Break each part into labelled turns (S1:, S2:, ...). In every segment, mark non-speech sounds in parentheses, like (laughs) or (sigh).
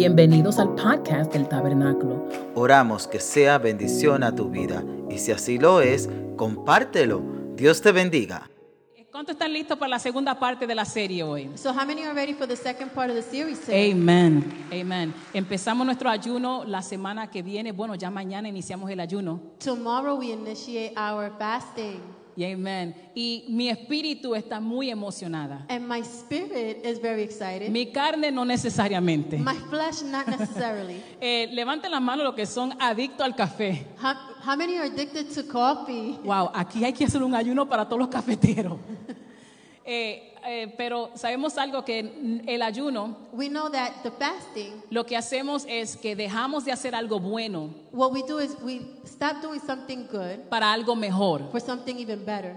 S1: Bienvenidos al podcast del Tabernáculo.
S2: Oramos que sea bendición a tu vida y si así lo es, compártelo. Dios te bendiga.
S3: ¿Cuántos están listos para la segunda parte de la serie hoy?
S4: So how many are ready for the second part of the series today?
S3: Amén, amén. Empezamos nuestro ayuno la semana que viene. Bueno, ya mañana iniciamos el ayuno.
S4: Tomorrow we initiate our fasting.
S3: Y amén. Y mi espíritu está muy emocionada.
S4: And my spirit is very excited.
S3: Mi carne no necesariamente.
S4: my flesh, not necessarily.
S3: Eh, levanten las manos los que son adictos al café.
S4: how, how many are addicted to coffee?
S3: Wow, aquí hay que hacer un ayuno para todos los cafeteros. Eh, eh, pero sabemos algo que n- el ayuno,
S4: We know that the fasting,
S3: lo que hacemos es que dejamos de hacer algo bueno
S4: what we do is we stop doing something good
S3: para algo mejor.
S4: for something even better.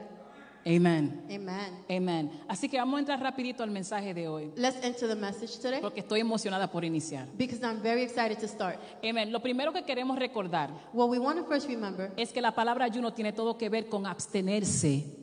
S3: Amén.
S4: Amen.
S3: Amén. Así que vamos a entrar rapidito al mensaje de hoy,
S4: Let's enter the message today
S3: porque estoy emocionada por iniciar.
S4: because I'm very excited to start.
S3: Amén. Lo primero que queremos recordar
S4: What we want to first remember
S3: es que la palabra ayuno tiene todo que ver con abstenerse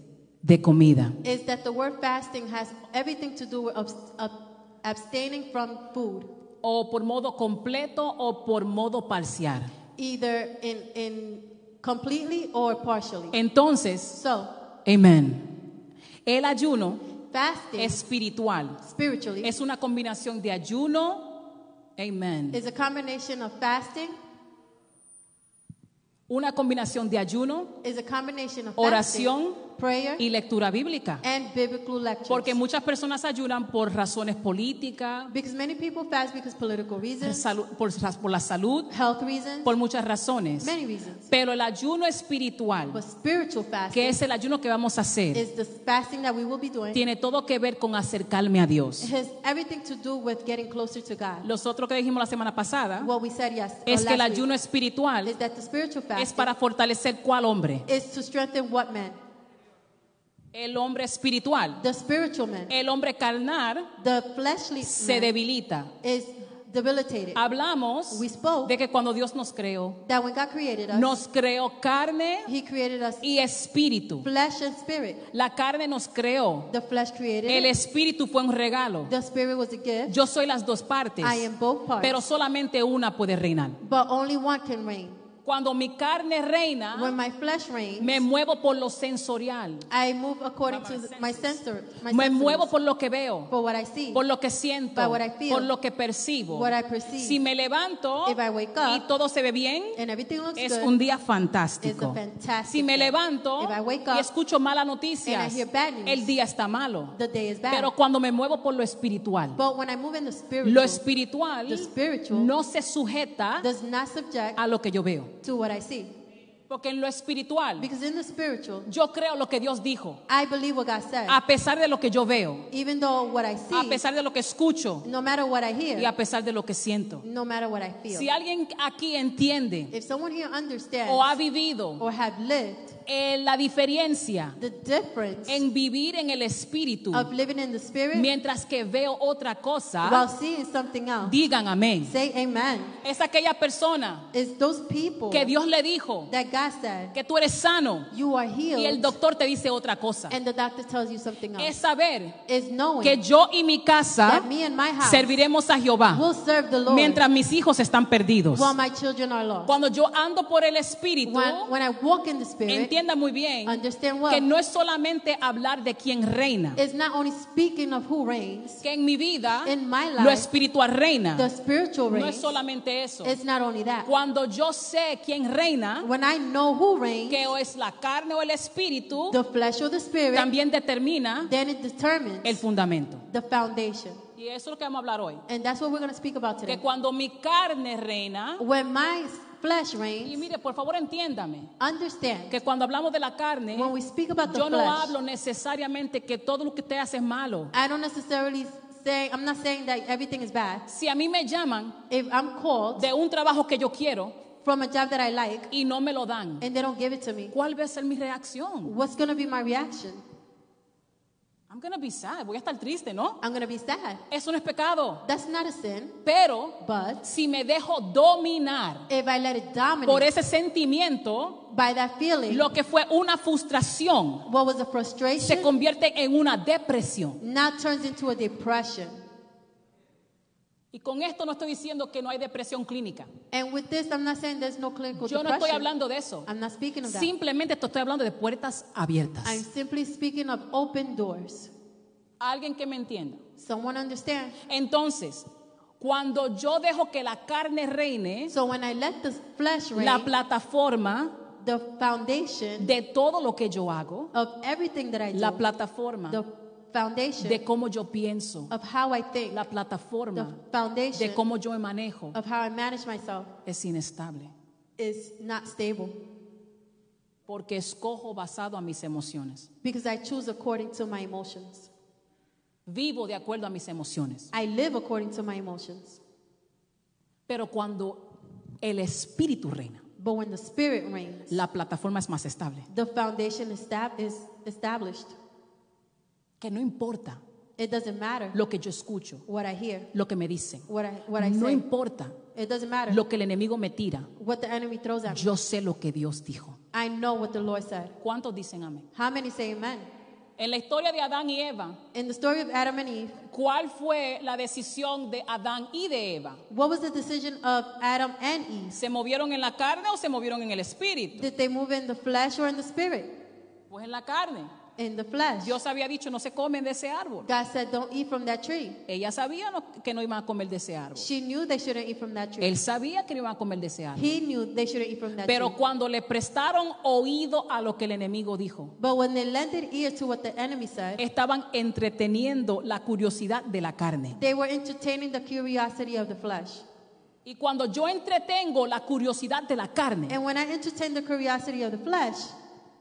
S3: de comida.
S4: is that the word fasting has everything to do with abs- ab- abstaining from food,
S3: O por modo completo o por modo parcial.
S4: either in, in completely or partially.
S3: Entonces,
S4: So,
S3: amén. El ayuno
S4: fasting
S3: espiritual
S4: spiritually
S3: es una combinación de ayuno, amén.
S4: is a combination of fasting,
S3: Una combinación de ayuno
S4: is a combination of
S3: Oración
S4: fasting, prayer,
S3: y lectura bíblica.
S4: and biblical lectures.
S3: Porque muchas personas ayunan por razones políticas,
S4: because many people fast because political reasons,
S3: salu- por, ras- por la salud,
S4: health reasons,
S3: por muchas razones.
S4: many Pues, reasons.
S3: Pero el ayuno espiritual,
S4: But spiritual
S3: que
S4: fasting
S3: es el ayuno que vamos a hacer,
S4: is the fasting that we will be doing.
S3: tiene todo que ver con acercarme a
S4: It
S3: Dios.
S4: has everything to do with getting closer to God.
S3: Los otros que dijimos la semana pasada
S4: What we said yes, or
S3: es que el
S4: last week,
S3: ayuno espiritual
S4: is that the spiritual
S3: es
S4: fasting
S3: para fortalecer cuál hombre.
S4: is to strengthen what man?
S3: El hombre espiritual.
S4: The spiritual man.
S3: El hombre carnal
S4: The fleshly
S3: se
S4: man
S3: debilita.
S4: is debilitated.
S3: Hablamos
S4: We spoke.
S3: de que cuando Dios nos creó,
S4: That when God created us,
S3: nos creó carne
S4: He created us
S3: y espíritu.
S4: flesh and spirit.
S3: La carne nos creó.
S4: The flesh created
S3: El
S4: it.
S3: espíritu fue un regalo.
S4: The spirit was a gift.
S3: Yo soy las dos partes.
S4: I am both parts.
S3: Pero solamente una puede reinar.
S4: but only one can reign.
S3: Cuando mi carne
S4: When
S3: reina,
S4: my flesh reigns,
S3: me muevo por lo sensorial.
S4: I move according
S3: By
S4: to
S3: my
S4: the- my
S3: senses.
S4: sensor, my
S3: Me
S4: senses,
S3: muevo por lo que veo,
S4: for what I see.
S3: por lo que siento,
S4: By what I feel.
S3: por lo que percibo.
S4: What I perceive.
S3: Si me levanto
S4: If I wake up,
S3: y todo se ve bien,
S4: and everything looks
S3: es
S4: good.
S3: un día
S4: It's a
S3: fantástico.
S4: fantastic
S3: Si me
S4: day.
S3: levanto
S4: If I wake
S3: y
S4: up
S3: escucho malas noticias,
S4: and I hear bad news,
S3: el día está malo.
S4: the day is bad.
S3: Pero cuando me muevo por lo espiritual,
S4: but when I move in the spirit,
S3: lo espiritual
S4: The spiritual
S3: no se sujeta
S4: does not subject
S3: a lo que yo veo.
S4: to what I see.
S3: Porque en lo espiritual
S4: Because in the spiritual,
S3: yo creo lo que Dios dijo.
S4: I believe what God said.
S3: A pesar de lo que yo veo,
S4: Even though what I
S3: a
S4: see,
S3: pesar de lo que escucho
S4: no matter what I
S3: y
S4: hear,
S3: a pesar de lo que siento.
S4: no matter what I feel.
S3: Si alguien aquí entiende
S4: If someone here understands
S3: o ha vivido
S4: or have lived
S3: eh, la diferencia
S4: the difference
S3: en vivir en el espíritu
S4: of living in the spirit
S3: mientras que veo otra
S4: while
S3: cosa,
S4: seeing something else,
S3: digan amén.
S4: say amen.
S3: Es aquella persona
S4: It's those people
S3: que Dios le dijo
S4: that God said,
S3: que tú eres sano
S4: you are healed,
S3: y el doctor te dice otra cosa.
S4: and the doctor tells you something
S3: Es
S4: else.
S3: saber
S4: Is knowing
S3: que yo y mi casa
S4: that me and my house
S3: serviremos a Jehová
S4: will serve the Lord
S3: mientras mis hijos están perdidos.
S4: while my children are lost.
S3: Cuando yo ando por el Espíritu,
S4: When, when I walk in the spirit,
S3: entienda muy bien
S4: understand well,
S3: que no es solamente hablar de quien reina,
S4: it's not only speaking of who reigns,
S3: que en mi vida
S4: In my
S3: lo
S4: life,
S3: espiritual reina.
S4: the spiritual
S3: No es
S4: reigns.
S3: solamente eso.
S4: It's not only that.
S3: Cuando yo sé quién reina,
S4: When I know who reigns,
S3: que o es la carne o el espíritu,
S4: the flesh or the spirit,
S3: también determina
S4: then it determines
S3: el fundamento.
S4: the foundation.
S3: Y eso es lo que vamos a hablar hoy.
S4: And that's what we're going to speak about
S3: Que
S4: today.
S3: cuando mi carne reina,
S4: When my flesh
S3: y
S4: reigns,
S3: mire, por favor entiéndame,
S4: understand
S3: que cuando hablamos de la carne,
S4: when we speak about the
S3: yo no
S4: flesh,
S3: hablo necesariamente que todo lo que usted hace es malo.
S4: I don't necessarily say, I'm not saying that everything is bad.
S3: Si a mí me llaman
S4: If I'm called
S3: de un trabajo que yo quiero
S4: from a job that I like
S3: y no me lo dan,
S4: and they don't give it to me,
S3: ¿cuál va a ser mi reacción?
S4: what's going to be my reaction?
S3: I'm gonna be sad, voy a estar triste, ¿no?
S4: I'm going to be sad.
S3: Eso no es pecado.
S4: That's not a sin,
S3: Pero
S4: but
S3: si me dejo dominar
S4: if I let it dominate
S3: por ese sentimiento,
S4: by that feeling,
S3: lo que fue una frustración
S4: what was a
S3: se
S4: frustration
S3: convierte en una depresión.
S4: now turns into a depression.
S3: Y con esto no estoy diciendo que no hay depresión clínica.
S4: And with this, I'm not saying there's no clinical
S3: Yo no
S4: depression.
S3: estoy hablando de eso.
S4: I'm not speaking of that.
S3: Simplemente te estoy hablando de puertas
S4: I'm
S3: abiertas.
S4: simply speaking of open doors.
S3: Alguien que me entienda.
S4: Someone understand?
S3: Entonces, cuando yo dejo que la carne reine,
S4: So when I let the flesh reign,
S3: la plataforma
S4: the foundation
S3: de todo lo que yo hago,
S4: of everything that I do,
S3: la plataforma
S4: the foundation
S3: de cómo yo pienso,
S4: of how I think,
S3: la
S4: the
S3: plataforma
S4: foundation
S3: de cómo yo me manejo,
S4: of how I manage myself
S3: es inestable.
S4: is not stable
S3: Porque escojo basado a mis emociones.
S4: because I choose according to my emotions.
S3: Vivo de acuerdo a mis emociones.
S4: I live according to my emotions.
S3: Pero cuando el espíritu reina,
S4: But when the spirit reigns,
S3: la plataforma es más estable.
S4: the foundation estab- is established.
S3: Que no importa
S4: It doesn't matter
S3: lo que yo escucho,
S4: what I hear,
S3: lo que me dicen.
S4: what I, what I
S3: No
S4: say.
S3: importa
S4: It doesn't matter
S3: lo que el enemigo me tira.
S4: what the enemy throws at me.
S3: Yo sé lo que Dios dijo.
S4: I know what the Lord said.
S3: ¿Cuántos dicen amén?
S4: How many say amen?
S3: En la historia de Adán y Eva,
S4: In the story of Adam and Eve,
S3: ¿cuál fue la decisión de Adán y de Eva?
S4: what was the decision of Adam and Eve?
S3: ¿Se movieron en la carne o se movieron en el espíritu?
S4: Did they move in the flesh or in the spirit?
S3: Pues en la carne.
S4: In the flesh.
S3: Dios había dicho, no se comen de ese árbol.
S4: God said, Don't eat from that tree.
S3: Ella sabía no- que no iban a comer de ese árbol.
S4: She knew they shouldn't eat from that tree.
S3: Él sabía que no iban a comer de ese árbol.
S4: He knew they shouldn't eat from that
S3: Pero
S4: tree.
S3: cuando le prestaron oído a lo que el enemigo dijo,
S4: But when they lended ear to what the enemy said,
S3: estaban entreteniendo la curiosidad de la carne.
S4: they were entertaining the curiosity of the flesh.
S3: Y cuando yo entretengo la curiosidad de la carne,
S4: And when I entertain the curiosity of the flesh,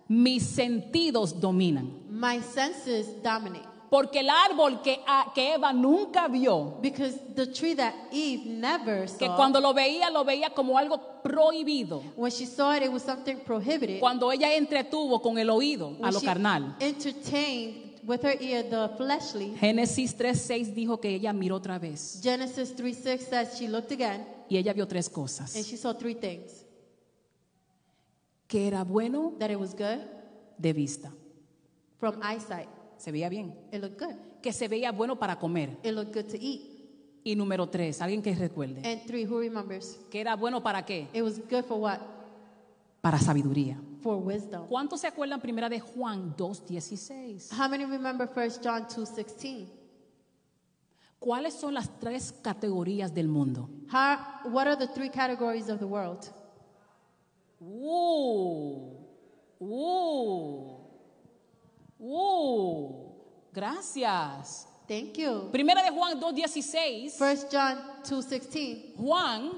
S3: mis sentidos dominan.
S4: my senses dominate.
S3: Porque el árbol que, a- que Eva nunca vio,
S4: Because the tree that Eve never
S3: que
S4: saw,
S3: cuando lo veía, lo veía como algo prohibido.
S4: when she saw it, it was something prohibited.
S3: Cuando ella entretuvo con el oído a
S4: When
S3: lo
S4: she
S3: carnal.
S4: entertained with her ear the fleshly,
S3: Génesis 3.6 dijo que ella miró otra vez
S4: Genesis 3 6 says she looked again
S3: y ella vio tres
S4: and
S3: cosas.
S4: she saw three things
S3: Que era bueno
S4: that it was good
S3: de vista.
S4: from eyesight,
S3: Se veía bien.
S4: it looked good,
S3: Que se veía bueno para comer.
S4: it looked good to eat.
S3: Y número tres, alguien que recuerde.
S4: And three, who remembers?
S3: Que era bueno para qué?
S4: It was good for what?
S3: Para sabiduría.
S4: For wisdom.
S3: ¿Cuántos se acuerdan primera de Juan 2.16?
S4: How many remember 1 John 2:16?
S3: ¿Cuáles son las tres categorías del mundo?
S4: How what are the three categories of the world?
S3: Uh, uh, uh, gracias.
S4: Thank you.
S3: Primera de Juan 2.16,
S4: 1 John 2:16.
S3: Juan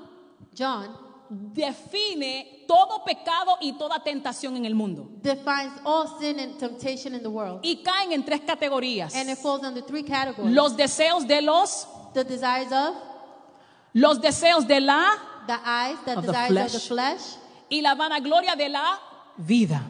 S4: John
S3: define todo pecado y toda tentación en el mundo.
S4: defines all sin and temptation in the world.
S3: Y caen en tres categorías.
S4: And it falls under three categories.
S3: Los deseos de los,
S4: the desires of
S3: los deseos de la
S4: the eyes, the
S3: Of the
S4: desires of the
S3: flesh.
S4: flesh,
S3: y la vanagloria de la vida.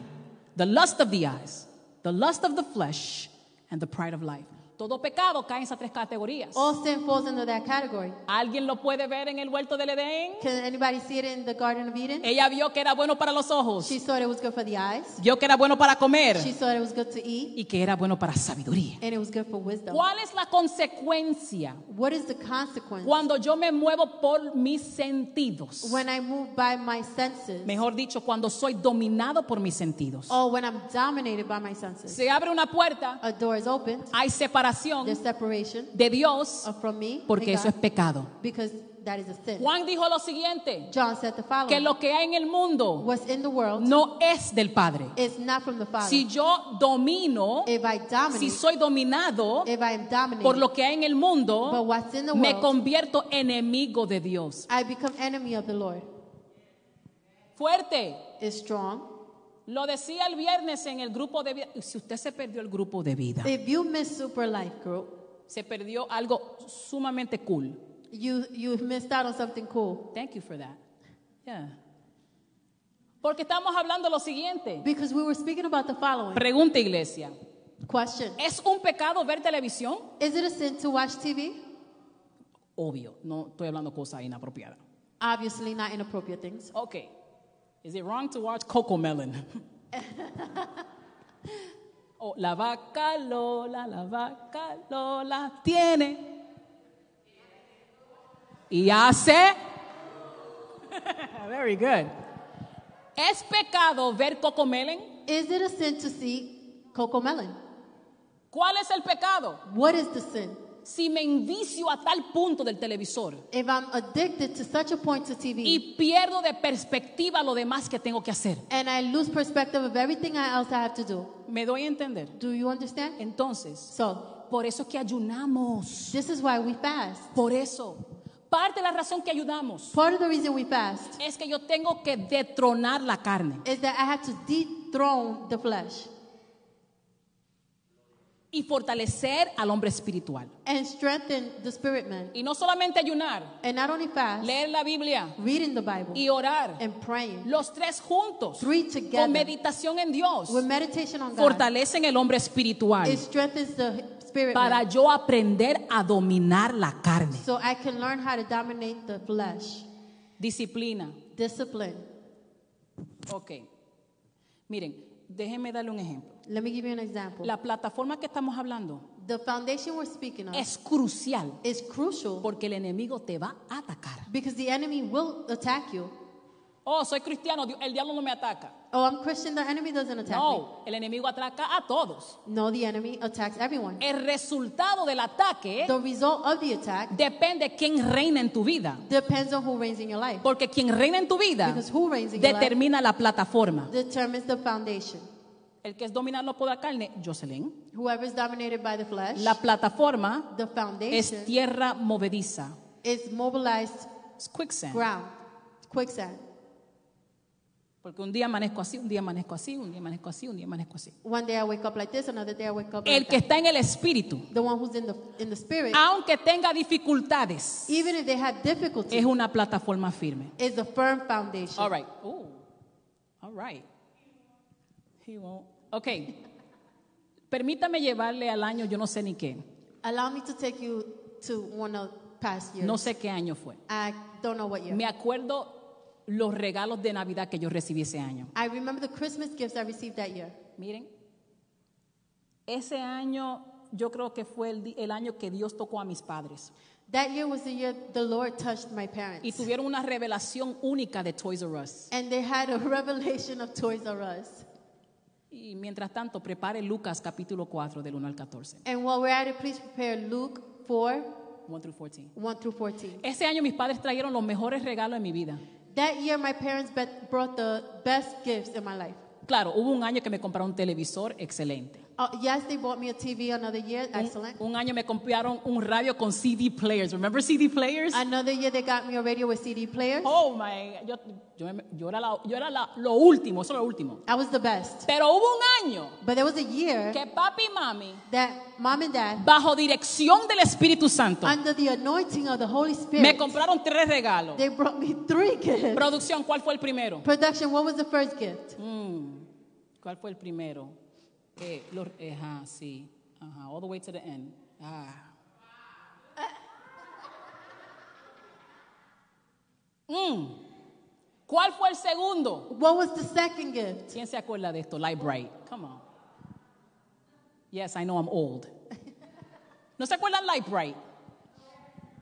S3: The lust of the eyes, the lust of the flesh, and the pride of life. Todo pecado cae en esas tres categorías.
S4: all sin falls under that category.
S3: ¿Alguien lo puede ver en el huerto del Edén?
S4: Can anybody see it in the Garden of Eden?
S3: Ella vio que era bueno para los ojos,
S4: She saw it was good for the eyes.
S3: vio que era bueno para comer
S4: She saw it was good to eat,
S3: y que era bueno para sabiduría.
S4: and it was good for wisdom.
S3: ¿Cuál es la consecuencia
S4: What is the consequence
S3: cuando yo me muevo por mis sentidos?
S4: when I move by my senses,
S3: Mejor dicho, cuando soy dominado por mis sentidos.
S4: or when I'm dominated by my senses?
S3: Se abre una puerta,
S4: A door is opened.
S3: hay separación
S4: There's separation
S3: de Dios
S4: uh, from me,
S3: porque
S4: and
S3: eso es
S4: God,
S3: pecado.
S4: because that is a sin.
S3: Juan dijo lo siguiente,
S4: John said the
S3: que
S4: following:
S3: lo que hay en el mundo
S4: What's in the world
S3: no es del Padre.
S4: is not from the Father.
S3: Si yo domino,
S4: if I dominate,
S3: si soy dominado
S4: if I am dominated,
S3: por lo que hay en el
S4: But
S3: mundo,
S4: what's in the
S3: me
S4: world,
S3: convierto enemigo de Dios.
S4: I become enemy of the Lord.
S3: Fuerte.
S4: Is strong.
S3: Lo decía el viernes en el grupo de vida. Si usted se perdió el grupo de vida,
S4: If you miss Super Life Group,
S3: se perdió algo sumamente cool.
S4: you you missed out on something cool
S3: Thank you for that. Yeah. Porque estamos hablando lo siguiente.
S4: because we were speaking about the following
S3: Pregunta iglesia.
S4: question:
S3: ¿Es un pecado ver televisión?
S4: Is it a sin to watch TV?
S3: Obvio, no estoy hablando cosas inapropiadas.
S4: Obviously, not inappropriate things.
S3: Ok. Is it wrong to watch Coco (laughs) Melon? oh, la vaca Lola, la vaca Lola tiene. y hace. (laughs) Very good. ¿Es pecado ver cocomelen?
S4: Is it a sin to see Coco Melon?
S3: ¿Cuál es el pecado?
S4: What is the sin?
S3: Si me envicio a tal punto del televisor
S4: If I'm addicted to such a point to TV
S3: y pierdo de perspectiva lo demás que tengo que hacer.
S4: and I lose perspective of everything I- else I have to do,
S3: ¿Me doy a entender?
S4: do you understand?
S3: Entonces,
S4: So,
S3: por eso es que ayunamos.
S4: this is why we fast.
S3: Por eso. Parte de la razón que ayudamos
S4: Part of the reason we fast
S3: es que yo tengo que detronar la carne
S4: is that I have to dethrone the flesh
S3: y fortalecer al hombre espiritual.
S4: and strengthen the spirit man.
S3: Y no solamente ayunar,
S4: And not only fast,
S3: leer la Biblia
S4: reading the Bible
S3: y orar.
S4: and praying
S3: Los tres juntos,
S4: Three together.
S3: con meditación en Dios,
S4: with meditation on God,
S3: fortalecen el hombre espiritual
S4: it strengthens the spirit
S3: para
S4: man
S3: yo aprender a dominar la carne.
S4: so I can learn how to dominate the flesh.
S3: Disciplina.
S4: Discipline.
S3: Ok. Miren, déjenme darle un ejemplo.
S4: Let me give you an example.
S3: La plataforma que estamos hablando
S4: The foundation we're speaking of
S3: es crucial
S4: is crucial
S3: porque el enemigo te va a atacar.
S4: because the enemy will attack you.
S3: Oh, soy cristiano, Dios- el diablo no me ataca.
S4: Oh, I'm Christian, the enemy doesn't attack me.
S3: No, el enemigo ataca a todos.
S4: No, the enemy attacks everyone.
S3: El resultado del ataque
S4: The result of the attack
S3: depende de quién reina en tu vida.
S4: depends on who reigns in your life
S3: Porque quien reina en tu vida
S4: because who reigns in your life
S3: determina la plataforma.
S4: determines the foundation.
S3: El que es dominado por la carne, Jocelyn.
S4: Whoever is dominated by the flesh,
S3: La plataforma
S4: the
S3: es
S4: foundation
S3: tierra movediza.
S4: is mobilized
S3: Es quicksand.
S4: ground, quicksand.
S3: Porque un día amanezco así, un día amanezco así, un día amanezco así, un día amanezco así.
S4: One day I wake up like this, another day I wake up
S3: El
S4: like
S3: que Ah.
S4: that.
S3: está en el espíritu,
S4: The one who's in the in the spirit,
S3: aunque tenga dificultades,
S4: even if they have difficulty,
S3: es una plataforma firme.
S4: is a firm foundation.
S3: All right. Ooh. All right. He won't. Okay. Permítame llevarle al año, yo no sé ni qué.
S4: Allow me to take you to one of past years.
S3: No sé qué año fue.
S4: I don't know what year.
S3: Me acuerdo los regalos de Navidad que yo recibí ese año.
S4: I remember the Christmas gifts I received that year.
S3: Miren. Ese año yo creo que fue el, di- el año que Dios tocó a mis padres.
S4: That year was the year the Lord touched my
S3: Y
S4: parents.
S3: tuvieron una revelación única de Toys R Us.
S4: And they had a (laughs) revelation of Toys R Us.
S3: Y mientras tanto, prepare Lucas capítulo 4 del 1 al 14.
S4: And while we're at it, please prepare Luke 4
S3: 1 through 14.
S4: 1 through 14.
S3: Ese año mis padres trajeron los mejores regalos de mi vida.
S4: That year, my parents bet- brought the best gifts in my life.
S3: Claro, hubo un año que me compraron un televisor excelente.
S4: Uh, yes, they bought me a TV another year.
S3: Oh,
S4: Excellent.
S3: Un año me compraron un radio con CD players. Remember CD players?
S4: Another year, they got me a radio with CD player.
S3: Oh my, yo, yo, yo era, la- yo era la- lo último, eso era lo último.
S4: I was the best.
S3: Pero hubo un año
S4: But there was a year
S3: que papi y mami,
S4: that mom and dad,
S3: bajo dirección del Espíritu Santo,
S4: under the anointing of the Holy
S3: me
S4: Spirit,
S3: compraron tres regalos.
S4: they brought me three gifts.
S3: Producción, ¿cuál fue el primero?
S4: Production, what was the first gift?
S3: Mm, ¿Cuál fue el primero? Eh, lo- eh, ajá, sí. Ajá, all the way to the end. Ah. Mm, ¿Cuál fue el segundo?
S4: What was the second gift?
S3: ¿Quién se acuerda de esto? Light Bright. Come on. Yes, I know I'm old. ¿No se acuerdan Light Bright?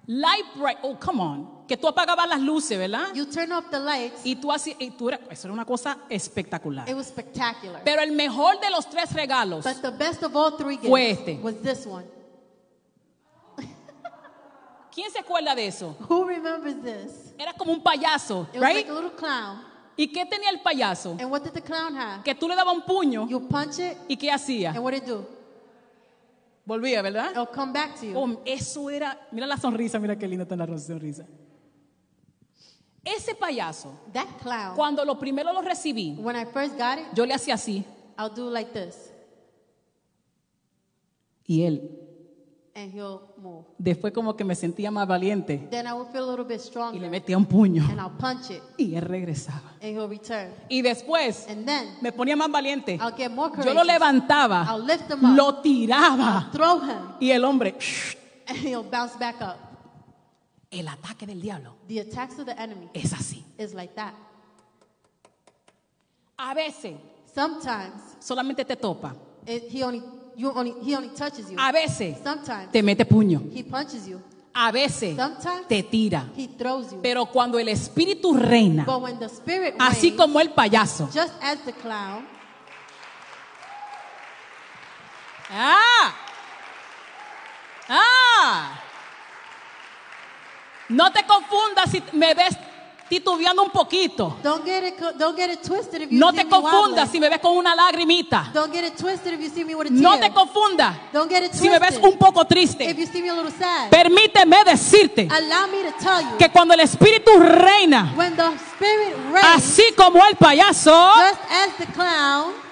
S3: Light Bright. Oh, come on. Que tú apagabas las luces, ¿verdad?
S4: You turn off the lights.
S3: Y tú hacías. y tú era- eso era una cosa espectacular.
S4: It was spectacular.
S3: Pero el mejor de los tres regalos
S4: But the best of all three
S3: Fue
S4: gifts
S3: este.
S4: was this one.
S3: ¿Quién se acuerda de eso?
S4: Who remembers this?
S3: Era como un payaso,
S4: It was
S3: right?
S4: like a little clown.
S3: ¿Y qué tenía el payaso?
S4: And what did the clown have?
S3: Que tú le dabas un puño
S4: You punch it,
S3: y ¿qué hacía?
S4: and what it do?
S3: Volvía, ¿verdad?
S4: It'll come back to you.
S3: Oh, eso era, mira la sonrisa, mira qué linda está la sonrisa. Ese payaso,
S4: That clown.
S3: cuando lo primero lo recibí,
S4: When I first got it,
S3: yo le hacía así
S4: I'll do like this,
S3: y él
S4: and he'll move.
S3: después como que me sentía más valiente
S4: Then I will feel a little bit
S3: y le
S4: stronger,
S3: metía un puño
S4: and I'll punch it,
S3: y él regresaba.
S4: and he'll return.
S3: Y después
S4: And then
S3: me ponía más valiente.
S4: I'll get more
S3: Yo lo
S4: courageous.
S3: levantaba,
S4: I'll lift him up.
S3: lo tiraba
S4: Throw him, (laughs)
S3: y el hombre shh,
S4: and he'll bounce back up.
S3: El ataque del diablo
S4: The attacks of the enemy
S3: es así.
S4: is like that.
S3: A veces
S4: Sometimes
S3: solamente te topa.
S4: it, he only you only he only touches you.
S3: A veces
S4: Sometimes
S3: te mete puño.
S4: he punches you.
S3: a veces
S4: Sometimes
S3: te tira.
S4: He throws you.
S3: Pero cuando el espíritu reina,
S4: But when the spirit
S3: así
S4: reigns,
S3: como el payaso,
S4: just as the clown,
S3: ¡Ah! ¡Ah! No te confundas si me ves titubeando un poquito.
S4: don't get it, co- don't get it twisted if you
S3: No
S4: see
S3: te
S4: me
S3: confundas si
S4: wobbling.
S3: me ves con una lagrimita.
S4: Don't get it twisted if you see me with a tear.
S3: No te confundas
S4: don't get it
S3: si
S4: twisted
S3: me ves un poco
S4: if
S3: triste.
S4: you see me a little sad.
S3: Permíteme decirte
S4: Allow me to tell you,
S3: que cuando el espíritu reina,
S4: when the spirit reigns,
S3: así como el payaso,
S4: just as the clown,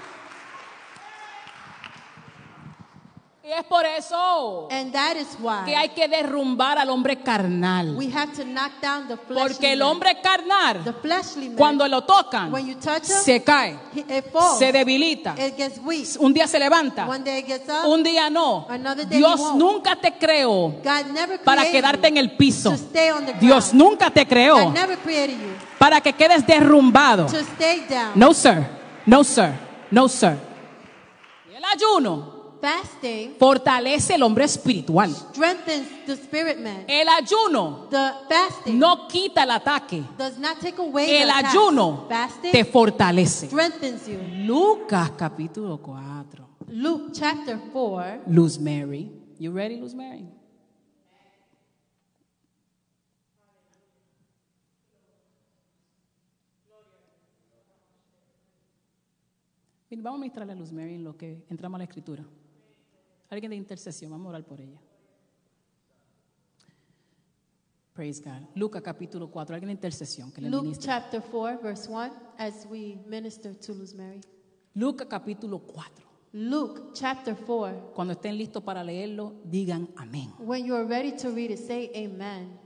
S3: y es por eso
S4: and that is
S3: que
S4: why
S3: hay que derrumbar al hombre carnal.
S4: we have to knock down the fleshly
S3: Porque el
S4: man.
S3: hombre
S4: the
S3: carnal,
S4: fleshly man,
S3: cuando lo tocan,
S4: when you touch him,
S3: se cae.
S4: he- it falls.
S3: se debilita.
S4: It gets weak.
S3: Un día se levanta,
S4: One day it gets up.
S3: un día no.
S4: Another day he
S3: Dios
S4: won't.
S3: nunca te creó
S4: God never
S3: para
S4: created
S3: quedarte en
S4: you
S3: el piso.
S4: to stay on the ground.
S3: Dios nunca te
S4: God
S3: creó
S4: never created you
S3: para que quedes derrumbado.
S4: to stay down.
S3: No, sir. No, sir. No, sir. Y El ayuno
S4: Fasting
S3: fortalece el hombre espiritual.
S4: strengthens the spirit man.
S3: El ayuno
S4: The fasting
S3: no quita el ataque.
S4: does not take away
S3: El
S4: the attacks.
S3: ayuno
S4: Fasting
S3: te fortalece.
S4: strengthens you.
S3: Lucas capítulo 4.
S4: Luke chapter 4.
S3: Luz Mary. You ready, Luz Mary? Mire, Vamos a ministrarle a Luz Mary en lo que entramos a la escritura. Alguien de intercesión, vamos a orar por ella. Praise God. Lucas capítulo 4, alguien de intercesión que le
S4: Luke
S3: ministre.
S4: chapter 4, verse 1, as we minister to Luz Mary.
S3: Lucas capítulo 4.
S4: Luke chapter 4.
S3: Cuando estén listos para leerlo, digan amén.
S4: When you are ready to read it, say amen.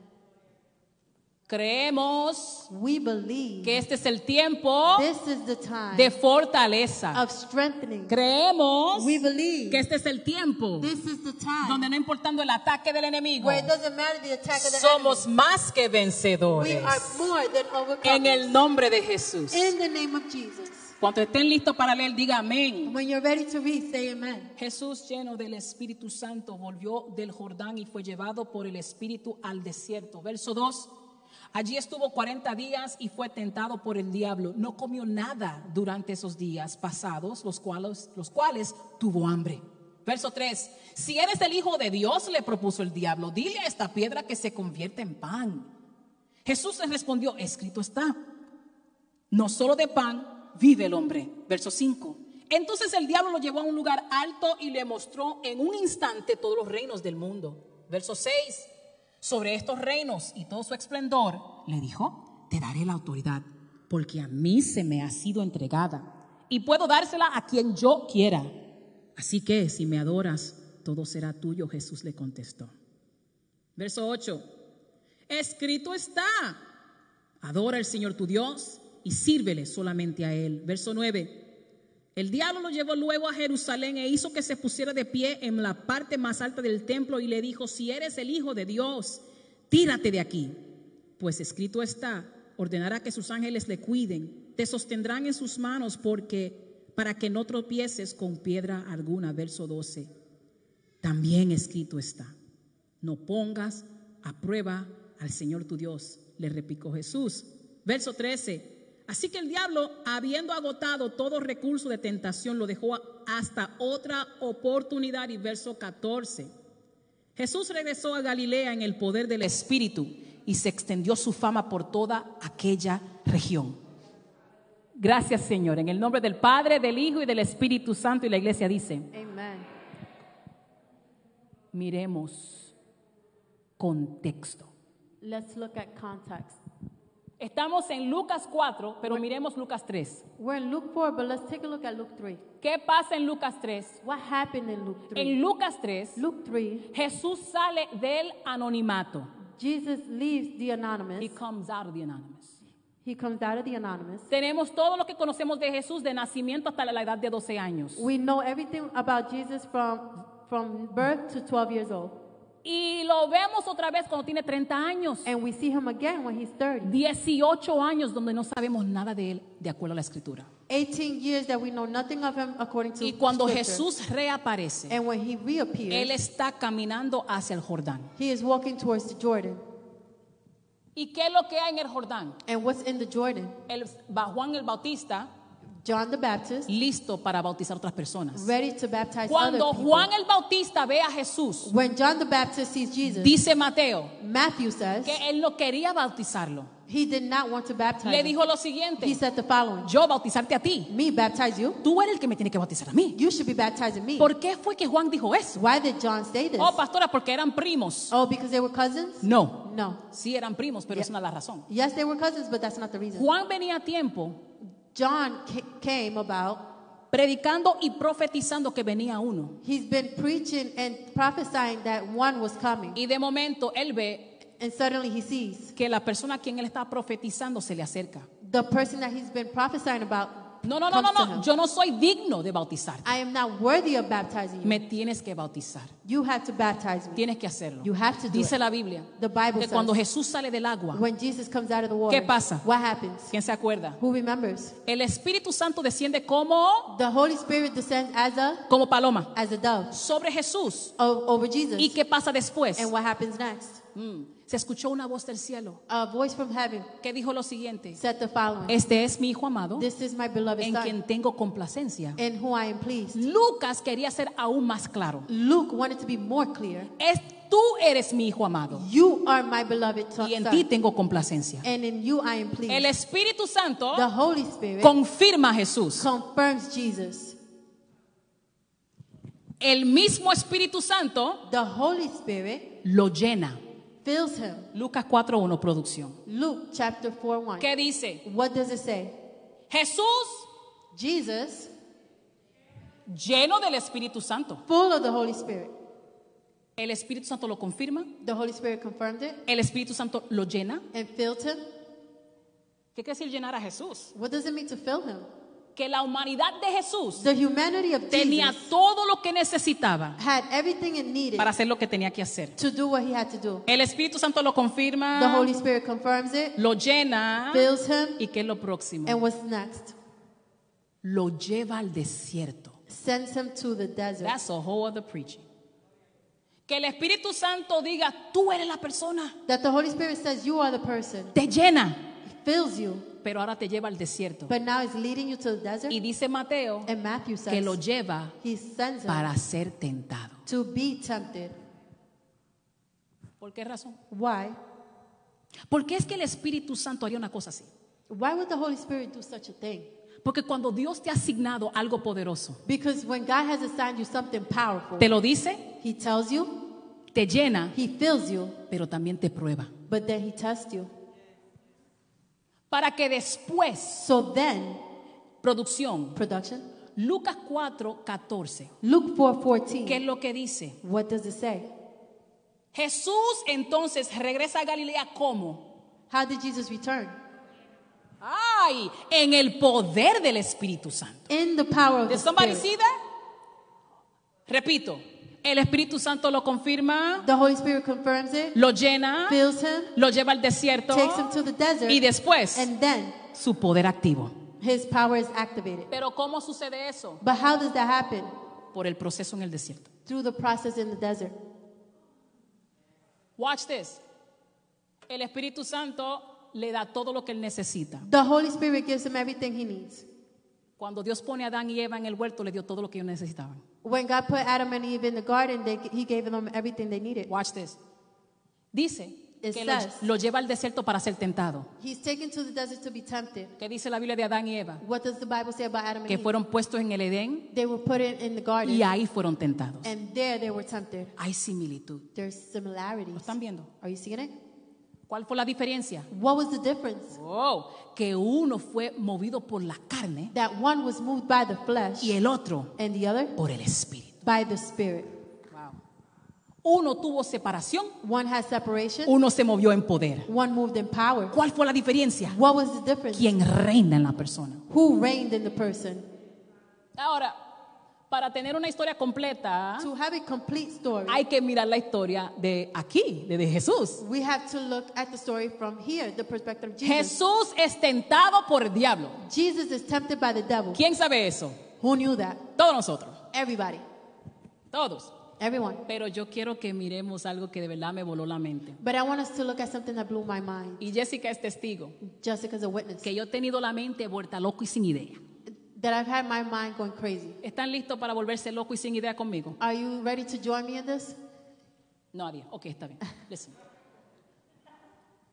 S3: Creemos
S4: We believe
S3: que este es el tiempo
S4: this is the time
S3: de fortaleza.
S4: of strengthening.
S3: Creemos
S4: We believe
S3: que este es el tiempo
S4: this is the time
S3: donde no importando el ataque del enemigo,
S4: where it doesn't matter the attack of the
S3: somos
S4: enemy.
S3: más que
S4: We
S3: vencedores
S4: are more than
S3: en el
S4: overcomers.
S3: nombre de Jesús.
S4: In the name of Jesus.
S3: Cuando estén listos para leer, diga amén.
S4: When you're ready to read, say amen.
S3: Jesús lleno del Espíritu Santo volvió del Jordán y fue llevado por el Espíritu al desierto. Verso 2. Allí estuvo 40 días y fue tentado por el diablo. No comió nada durante esos días pasados, los cuales, los cuales tuvo hambre. Verso 3. Si eres el Hijo de Dios, le propuso el diablo, dile a esta piedra que se convierta en pan. Jesús les respondió, escrito está. No solo de pan vive el hombre. Verso 5. Entonces el diablo lo llevó a un lugar alto y le mostró en un instante todos los reinos del mundo. Verso 6. Sobre estos reinos y todo su esplendor, le dijo, te daré la autoridad, porque a mí se me ha sido entregada y puedo dársela a quien yo quiera. Así que si me adoras, todo será tuyo, Jesús le contestó. Verso 8. Escrito está. Adora al Señor tu Dios y sírvele solamente a Él. Verso 9. El diablo lo llevó luego a Jerusalén e hizo que se pusiera de pie en la parte más alta del templo y le dijo, si eres el Hijo de Dios, tírate de aquí. Pues escrito está, ordenará que sus ángeles le cuiden, te sostendrán en sus manos porque para que no tropieces con piedra alguna. Verso 12. También escrito está, no pongas a prueba al Señor tu Dios, le replicó Jesús. Verso 13. Así que el diablo, habiendo agotado todo recurso de tentación, lo dejó hasta otra oportunidad. Y verso 14. Jesús regresó a Galilea en el poder del Espíritu y se extendió su fama por toda aquella región. Gracias Señor, en el nombre del Padre, del Hijo y del Espíritu Santo y la iglesia dice.
S4: Amen.
S3: miremos contexto.
S4: Let's look at context.
S3: Estamos en Lucas 4, pero miremos Lucas 3.
S4: We're in Luke 4, but let's take a look at Luke 3.
S3: ¿Qué pasa en Lucas 3?
S4: What happened in Luke 3?
S3: En Lucas 3,
S4: Luke 3,
S3: Jesús sale del anonimato.
S4: Jesus leaves the anonymous.
S3: He comes out of the anonymous.
S4: He comes out of the anonymous.
S3: Tenemos todo lo que conocemos de Jesús de nacimiento hasta la edad de 12 años.
S4: We know everything about Jesus from, from birth to 12 years old.
S3: Y lo vemos otra vez cuando tiene 30 años,
S4: And we see him again when he's 30.
S3: 18 años donde no sabemos nada de él de acuerdo a la escritura.
S4: 18 years that we know nothing of him according to
S3: Y cuando
S4: scripture.
S3: Jesús reaparece,
S4: and when he reappears,
S3: él está caminando hacia el Jordán.
S4: he is walking towards the Jordan.
S3: ¿Y qué es lo que hay en el Jordán?
S4: And what's in the Jordan?
S3: El, va Juan el Bautista
S4: John the Baptist,
S3: listo para bautizar otras personas.
S4: ready to baptize
S3: Cuando
S4: other people.
S3: Juan el Bautista ve a Jesús,
S4: when John the Baptist sees Jesus,
S3: dice Mateo
S4: Matthew says
S3: que él no quería bautizarlo.
S4: he did not want to baptize
S3: Le
S4: him.
S3: dijo lo siguiente,
S4: He said the following,
S3: yo bautizarte a ti,
S4: me baptize you,
S3: tú eres el que me tiene que bautizar a mí.
S4: you should be baptizing me.
S3: ¿Por qué fue que Juan dijo eso?
S4: Why did John say this?
S3: Oh, pastora, porque eran primos.
S4: Oh, because they were cousins?
S3: No,
S4: No.
S3: sí eran primos, pero esa no es la razón.
S4: Yes, they were cousins, but that's not the reason.
S3: Juan venía a tiempo
S4: John ca- came about,
S3: predicando y profetizando que venía uno.
S4: he's been preaching and prophesying that one was coming.
S3: Y de momento él ve
S4: And suddenly he sees
S3: que la persona a quien él está profetizando se le acerca.
S4: the person that he's been prophesying about.
S3: No, no, no, no,
S4: comes to
S3: no.
S4: him.
S3: Yo no soy digno de bautizarte.
S4: I am not worthy of baptizing you.
S3: Me tienes que bautizar.
S4: You have to baptize me.
S3: Tienes que hacerlo.
S4: You have to do
S3: Dice
S4: it.
S3: la Biblia
S4: The Bible
S3: que
S4: says-
S3: cuando Jesús sale del agua,
S4: When Jesus comes out of the water,
S3: ¿Qué pasa?
S4: what happens?
S3: ¿quién se acuerda?
S4: Who remembers?
S3: El Espíritu Santo desciende como
S4: The Holy Spirit descends as a
S3: como paloma
S4: as a dove
S3: sobre Jesús.
S4: o- over Jesus.
S3: ¿Y qué pasa después?
S4: And what happens next?
S3: Mm. Se escuchó una voz del cielo
S4: A voice from heaven
S3: que dijo lo siguiente:
S4: said the following:
S3: Este es mi hijo amado,
S4: This is my beloved
S3: en
S4: son,
S3: quien tengo complacencia.
S4: in who I am pleased.
S3: Lucas quería ser aún más claro.
S4: Luke wanted to be more clear.
S3: Es tú eres mi hijo amado
S4: You are my beloved son,
S3: y en ti tengo complacencia.
S4: and in you I am pleased.
S3: El Espíritu Santo
S4: the Holy Spirit
S3: confirma a Jesús.
S4: confirms Jesus.
S3: El mismo Espíritu Santo
S4: The Holy Spirit
S3: lo llena.
S4: fills him.
S3: Lucas 4:1 producción.
S4: Luke chapter 4 1.
S3: ¿Qué dice?
S4: What does it say?
S3: Jesús
S4: Jesus,
S3: lleno del Espíritu Santo.
S4: full of the Holy Spirit.
S3: El Espíritu Santo lo confirma,
S4: The Holy Spirit confirmed it
S3: el Espíritu Santo lo llena.
S4: and filled him.
S3: ¿Qué quiere decir llenar a Jesús?
S4: What does it mean to fill him?
S3: Que la humanidad de Jesús
S4: The humanity of
S3: tenía
S4: Jesus
S3: todo lo que necesitaba
S4: had everything it needed
S3: para hacer lo que tenía que hacer.
S4: to do what he had to do.
S3: El Espíritu Santo lo
S4: The
S3: confirma,
S4: Holy Spirit confirms it,
S3: lo llena.
S4: fills him,
S3: Ah. ¿Y qué es lo próximo?
S4: and what's next?
S3: Lo lleva al desierto.
S4: Sends him to the desert.
S3: That's a whole other preaching. Que el Espíritu Santo diga, tú eres la persona.
S4: That the Holy Spirit says you are the person.
S3: te llena,
S4: He fills you,
S3: pero ahora te lleva al desierto.
S4: but now he's leading you to the desert.
S3: Y dice Mateo
S4: And Matthew
S3: que lo
S4: says
S3: lleva
S4: he sends him
S3: para ser tentado.
S4: to be tempted.
S3: ¿Por qué razón?
S4: Why?
S3: Porque es que el Espíritu Santo haría una cosa así.
S4: Why would the Holy Spirit do such a thing?
S3: Porque cuando Dios te ha asignado algo poderoso,
S4: Because when God has assigned you something powerful,
S3: te lo dice,
S4: He tells you,
S3: te llena,
S4: He fills you,
S3: pero también te prueba.
S4: but then He tests you.
S3: Para que después,
S4: So then,
S3: producción,
S4: production,
S3: Lucas 4, 14,
S4: Luke four
S3: ¿qué es
S4: fourteen.
S3: lo que dice?
S4: What does it say?
S3: Jesús entonces regresa a Galilea como,
S4: How did Jesus return?
S3: ay, en el poder del Espíritu Santo.
S4: In the power of the
S3: Did somebody
S4: Spirit.
S3: see that? Repito, el Espíritu Santo lo confirma,
S4: The Holy Spirit confirms it,
S3: lo llena,
S4: fills him,
S3: lo lleva al desierto
S4: takes him to the desert,
S3: y después
S4: and then
S3: su poder activo.
S4: His power is activated.
S3: Pero ¿cómo sucede eso?
S4: But how does that happen?
S3: Por el proceso en el desierto.
S4: Through the process in the desert.
S3: Watch this. El Espíritu Santo le da todo lo que él necesita.
S4: The Holy Spirit gives him everything he needs.
S3: Cuando Dios pone a Adán y Eva en el huerto, le dio todo lo que ellos necesitaban.
S4: When God put Adam and Eve in the garden, they, He gave them everything they needed.
S3: Watch this. Dice
S4: It
S3: que lo,
S4: says-
S3: lo lleva al desierto para ser tentado.
S4: He's taken to the desert to be tempted.
S3: ¿Qué dice la Biblia de Adán y Eva?
S4: What does the Bible say about Adam and
S3: Que
S4: Eve?
S3: fueron puestos en el Edén
S4: They were put in, in the garden,
S3: Y ahí fueron tentados.
S4: and there they were tempted.
S3: Hay similitud.
S4: There's similarities.
S3: ¿Lo están viendo?
S4: Are you seeing it?
S3: ¿Cuál fue la diferencia?
S4: What was the difference?
S3: Oh, que uno fue movido por la carne
S4: That one was moved by the flesh,
S3: y el otro
S4: and the other
S3: por el espíritu.
S4: by the spirit.
S3: Uno tuvo separación,
S4: One had separation.
S3: uno se movió en poder.
S4: One moved in power.
S3: ¿Cuál fue la diferencia?
S4: What was the difference?
S3: Quien reina en la persona.
S4: Who reigned in the person?
S3: Ahora, Para tener una historia completa,
S4: To have a complete story,
S3: hay que mirar la historia de aquí, de, de Jesús.
S4: we have to look at the story from here, the perspective of Jesus.
S3: Jesús es tentado por el diablo.
S4: Jesus is tempted by the devil.
S3: ¿Quién sabe eso?
S4: Who knew that?
S3: Todos nosotros,
S4: Everybody.
S3: todos.
S4: Everyone.
S3: Pero yo quiero que miremos algo que de verdad me voló la mente.
S4: But I want us to look at something that blew my mind.
S3: Y Jessica es testigo
S4: Jessica's a witness.
S3: que yo he tenido la mente vuelta loco y sin idea.
S4: That I've had my mind going crazy.
S3: ¿Están listos para volverse loco y sin idea conmigo?
S4: Are you ready to join me in this?
S3: Nadie. Ok, está bien. Listen.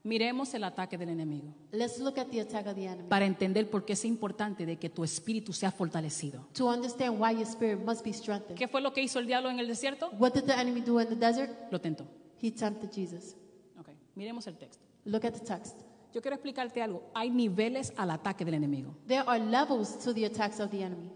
S3: Miremos el ataque del enemigo
S4: Let's look at the attack of the enemy.
S3: para entender por qué es importante de que tu espíritu sea fortalecido.
S4: To understand why your spirit must be strengthened.
S3: ¿Qué fue lo que hizo el diablo en el desierto?
S4: What did the enemy do in the desert?
S3: Lo tentó.
S4: He tempted Jesus.
S3: Ok, miremos el texto.
S4: Look at the text.
S3: Yo quiero explicarte algo. Hay niveles al ataque del enemigo.
S4: There are levels to the attacks of the enemy.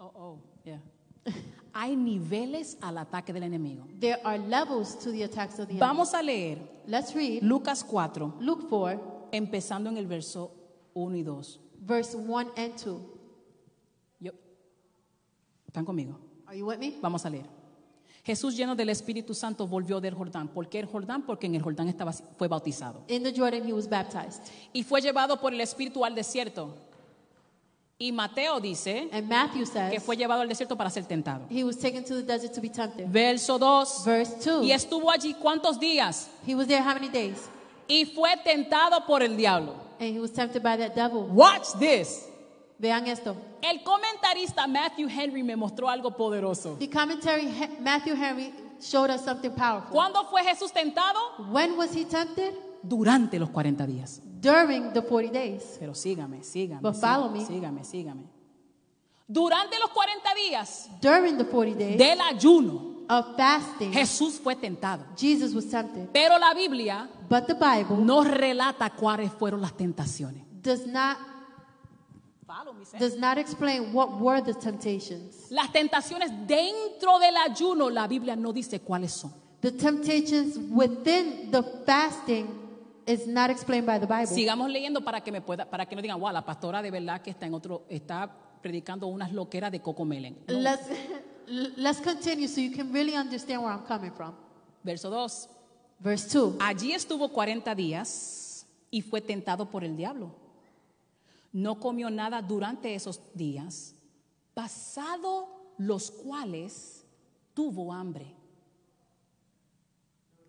S3: Oh, oh, yeah. (laughs) Hay niveles al ataque del enemigo.
S4: There are levels to the attacks of the enemy.
S3: Vamos a leer
S4: Let's read
S3: Lucas 4,
S4: Luke 4,
S3: empezando en el verso 1 y 2.
S4: verse 1 and 2.
S3: Yo- ¿Están conmigo?
S4: Are you with me?
S3: Vamos a leer. Jesús lleno del Espíritu Santo volvió del Jordán. ¿Por qué el Jordán? Porque en el Jordán estaba, fue bautizado.
S4: In the Jordan, he was baptized.
S3: Y fue llevado por el Espíritu al desierto. Y Mateo dice
S4: And Matthew
S3: que
S4: says
S3: fue llevado al desierto para ser tentado.
S4: he was taken to the desert to be tempted.
S3: Verso 2.
S4: Verse 2.
S3: Y estuvo allí cuántos días.
S4: He was there how many days?
S3: Y fue tentado por el diablo.
S4: And he was tempted by that devil.
S3: Watch this.
S4: Vean esto.
S3: El comentarista Matthew Henry me mostró algo poderoso.
S4: The commentary, He- Matthew Henry showed us something powerful.
S3: ¿Cuándo fue Jesús tentado?
S4: When was he tempted?
S3: Durante los 40 días.
S4: During the 40 days.
S3: Pero sígame, sígame.
S4: But
S3: sígame,
S4: follow me.
S3: Sígame, sígame. Durante los 40 días
S4: During the 40 days
S3: del ayuno,
S4: of fasting,
S3: Jesús fue tentado.
S4: Jesus was tempted.
S3: Pero la Biblia
S4: But the Bible
S3: no relata cuáles fueron las tentaciones.
S4: does not,
S3: Follow me, sir.
S4: does not explain what were the temptations.
S3: Las tentaciones dentro del ayuno, la Biblia no dice cuáles son.
S4: The temptations within the fasting is not explained by the Bible.
S3: Sigamos leyendo para que me pueda, para que no digan, wow, la pastora de verdad que está en otro, está predicando unas loqueras de Coco Melen.
S4: Let's, (laughs) let's continue so you can really understand where I'm coming from.
S3: Verso 2.
S4: Verse 2.
S3: Allí estuvo 40 días y fue tentado por el diablo. No comió nada durante esos días, pasado los cuales tuvo hambre.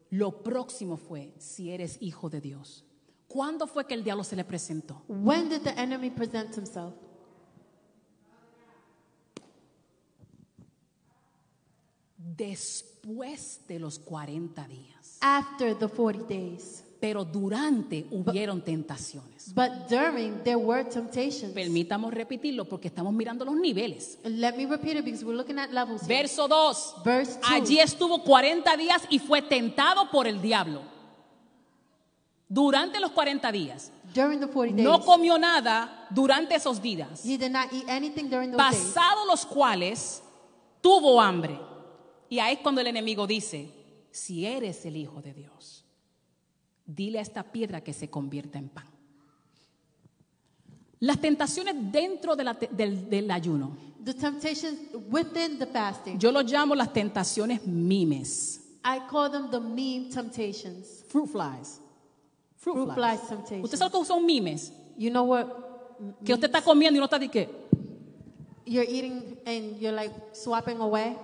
S3: Lo próximo fue si eres hijo de Dios. ¿Cuándo fue que el diablo se le presentó?
S4: When did the enemy present himself?
S3: Después de los 40 días.
S4: After the 40 days.
S3: Pero durante hubieron tentaciones.
S4: But during, there were temptations.
S3: Permitamos repetirlo porque estamos mirando los niveles.
S4: Let me repeat it because we're looking at levels here.
S3: Verso 2.
S4: Verse 2.
S3: Allí estuvo 40 días y fue tentado por el diablo. Durante los 40 días.
S4: during the 40 days,
S3: No comió nada durante esos días.
S4: he did not eat anything during those days.
S3: Pasado los cuales tuvo hambre. Y ahí es cuando el enemigo dice, si eres el Hijo de Dios, dile a esta piedra que se convierta en pan. Las tentaciones dentro de la te- del, del ayuno,
S4: The temptations within the fasting,
S3: yo lo llamo las tentaciones mimes.
S4: I call them the meme temptations.
S3: Fruit flies. Fruit,
S4: Fruit
S3: flies.
S4: flies temptation.
S3: Usted sabe que son mimes.
S4: You know what?
S3: Que usted está comiendo y no está de qué.
S4: You're eating and you're like swapping away.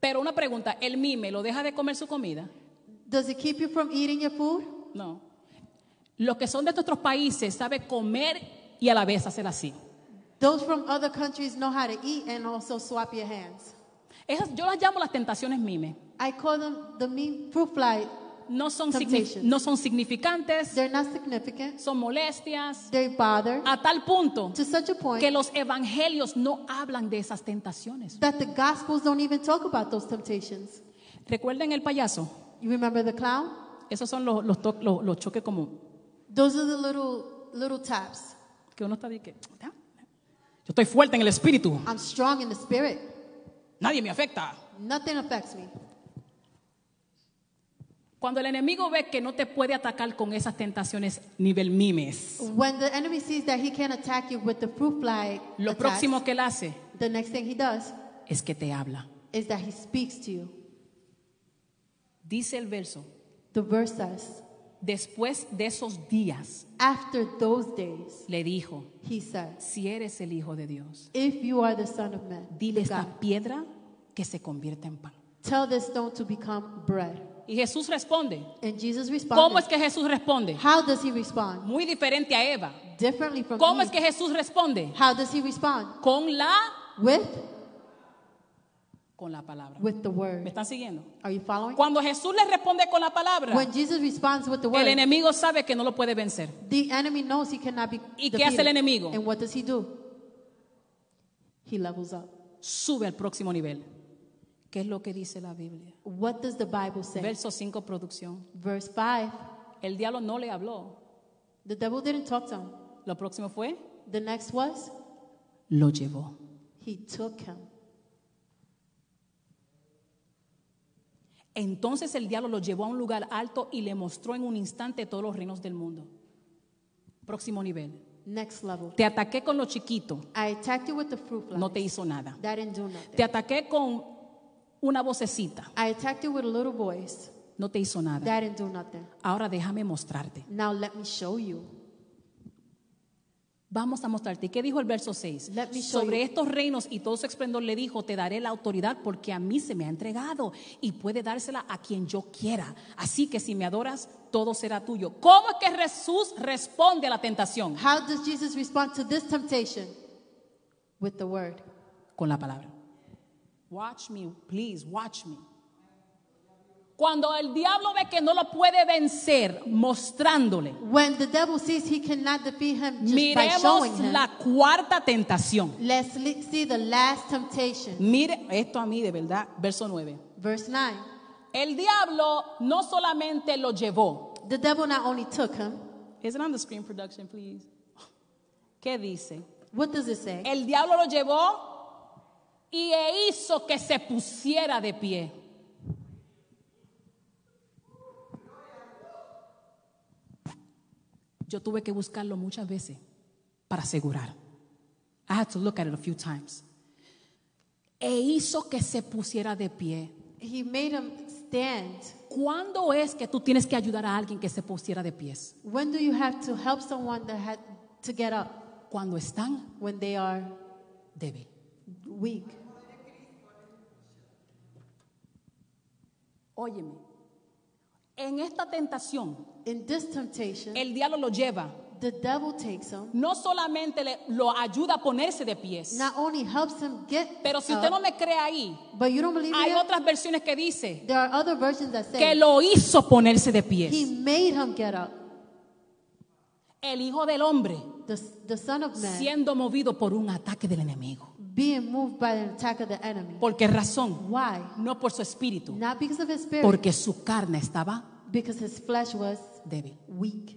S3: Pero una pregunta, ¿el mime lo deja de comer su comida?
S4: Does it keep you from eating your food?
S3: No. Los que son de nuestros países sabe comer y a la vez hacer así.
S4: Those from other countries know how to eat and also swap your hands.
S3: Esas, yo las llamo las tentaciones mime.
S4: I call them the mean fruit fly.
S3: No son, signi-
S4: Temptations.
S3: no son significantes,
S4: They're not significant.
S3: son molestias,
S4: They bother
S3: a tal punto
S4: to such a point
S3: que los evangelios no hablan de esas tentaciones.
S4: that the gospels don't even talk about those temptations.
S3: Recuerden el payaso.
S4: You remember the clown?
S3: Esos son los, los, to- los- los choques como
S4: Those are the little little taps.
S3: que uno está de que "Ah, yo estoy fuerte en el espíritu,
S4: I'm strong in the spirit.
S3: nadie me afecta.
S4: Nothing affects me.
S3: Cuando el enemigo ve que no te puede atacar con esas tentaciones nivel mimes,
S4: When the enemy sees that he can attack you with the fruit fly,
S3: lo
S4: attacks,
S3: próximo que él hace
S4: the next thing he does
S3: es que te habla.
S4: is that he speaks to you.
S3: Dice el verso,
S4: The verse says,
S3: después de esos días,
S4: After those days,
S3: le dijo,
S4: he says,
S3: si eres el Hijo de Dios,
S4: If you are the Son of Man,
S3: dile
S4: God,
S3: esta piedra que se convierta en pan.
S4: tell this stone to become bread.
S3: Y Jesús responde.
S4: And Jesus
S3: ¿Cómo
S4: responds.
S3: es que Jesús responde?
S4: How does he respond?
S3: Muy diferente a Eva.
S4: Differently from
S3: ¿Cómo
S4: Eve.
S3: es que Jesús responde?
S4: How does he respond?
S3: Con la,
S4: With
S3: con la palabra.
S4: with the
S3: ¿Me
S4: word.
S3: están siguiendo?
S4: Are you following?
S3: Cuando Jesús le responde con la palabra,
S4: When Jesus responds with the
S3: el
S4: word,
S3: enemigo sabe que no lo puede vencer.
S4: the enemy knows he cannot be
S3: ¿Y qué
S4: defeated.
S3: hace el enemigo?
S4: And what does he do? He levels up.
S3: Sube al próximo nivel. ¿Qué es lo que dice la Biblia?
S4: What does the Bible say?
S3: Verso 5, producción.
S4: Verse 5.
S3: El diablo no le habló.
S4: The devil didn't talk to him.
S3: Lo próximo fue,
S4: The next was
S3: lo llevó.
S4: he took him.
S3: Entonces el diablo lo llevó a un lugar alto y le mostró en un instante todos los reinos del mundo. Próximo nivel.
S4: Next level.
S3: Te ataqué con lo chiquito.
S4: I attacked you with the fruit fly.
S3: no te hizo nada.
S4: That didn't do nothing.
S3: Te ataqué con una vocecita,
S4: I attacked you with a little voice.
S3: no te hizo nada.
S4: That didn't do nothing.
S3: Ahora déjame mostrarte.
S4: Now let me show you.
S3: Vamos a mostrarte. ¿Y ¿Qué dijo el verso 6?
S4: Let me show
S3: Sobre
S4: you.
S3: estos reinos y todo su esplendor le dijo, te daré la autoridad porque a mí se me ha entregado y puede dársela a quien yo quiera. Así que si me adoras, todo será tuyo. ¿Cómo es que Jesús responde a la tentación?
S4: How does Jesus respond to this temptation? With the word.
S3: Con la palabra. Watch me, please, watch me. Cuando el diablo ve que no lo puede vencer, mostrándole,
S4: When the devil sees he cannot defeat him just by showing
S3: Miremos
S4: him,
S3: la cuarta tentación.
S4: let's le- see the last temptation.
S3: Mire esto a mí de verdad, verso 9.
S4: Verse 9.
S3: El diablo no solamente lo llevó.
S4: The devil not only took him,
S3: Is it on the screen production, please? ¿Qué dice?
S4: what does it say?
S3: El diablo lo llevó y e hizo que se pusiera de pie. Yo tuve que buscarlo muchas veces para asegurar. I had to look at it a few times. E hizo que se pusiera de pie.
S4: He made him stand.
S3: ¿Cuándo es que tú tienes que ayudar a alguien que se pusiera de pies?
S4: When do you have to help someone that had to get up
S3: Cuando están
S4: when they are
S3: débil.
S4: weak?
S3: Óyeme. En esta tentación,
S4: In this temptation,
S3: el diablo lo lleva
S4: the devil takes him,
S3: no solamente le- lo ayuda a ponerse de pies,
S4: not only helps him get
S3: pero si
S4: up,
S3: usted no me cree ahí,
S4: but you don't believe me
S3: hay
S4: yet?
S3: otras versiones que dice
S4: There are other versions that say
S3: que lo hizo ponerse de
S4: he
S3: pies.
S4: made him get up.
S3: El Hijo del Hombre
S4: The, the Son of Man
S3: siendo movido por un ataque del enemigo.
S4: being moved by the attack of the enemy.
S3: ¿Por qué razón?
S4: Why?
S3: No por su espíritu,
S4: Not because of his spirit,
S3: porque su carne estaba
S4: because his flesh was
S3: débil.
S4: weak.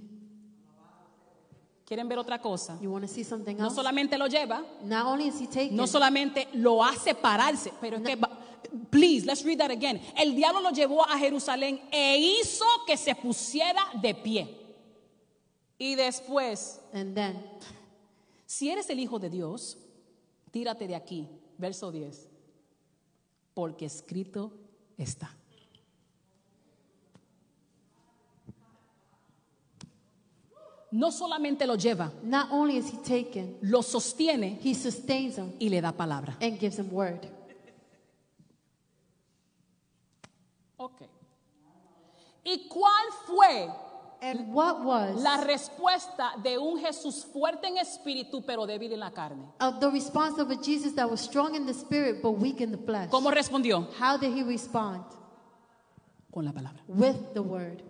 S3: ¿Quieren ver otra cosa?
S4: You want to see something
S3: No
S4: else?
S3: solamente lo lleva,
S4: Not only is he taken,
S3: no solamente lo hace pararse, pero es que, va- please, let's read that again. El diablo lo llevó a Jerusalén e hizo que se pusiera de pie. Y después,
S4: and then
S3: si eres el Hijo de Dios, tírate de aquí, verso 10, porque escrito está. No solamente lo lleva,
S4: not only is he taken,
S3: lo sostiene
S4: he sustains him
S3: y le da palabra.
S4: and gives him word.
S3: Ok. ¿Y cuál fue
S4: And what was
S3: la respuesta de un Jesús fuerte en espíritu pero débil en la carne?
S4: of the response of a Jesus that was strong in the spirit but weak in the flesh?
S3: ¿Cómo respondió?
S4: How did he respond?
S3: Con la palabra.
S4: With the word.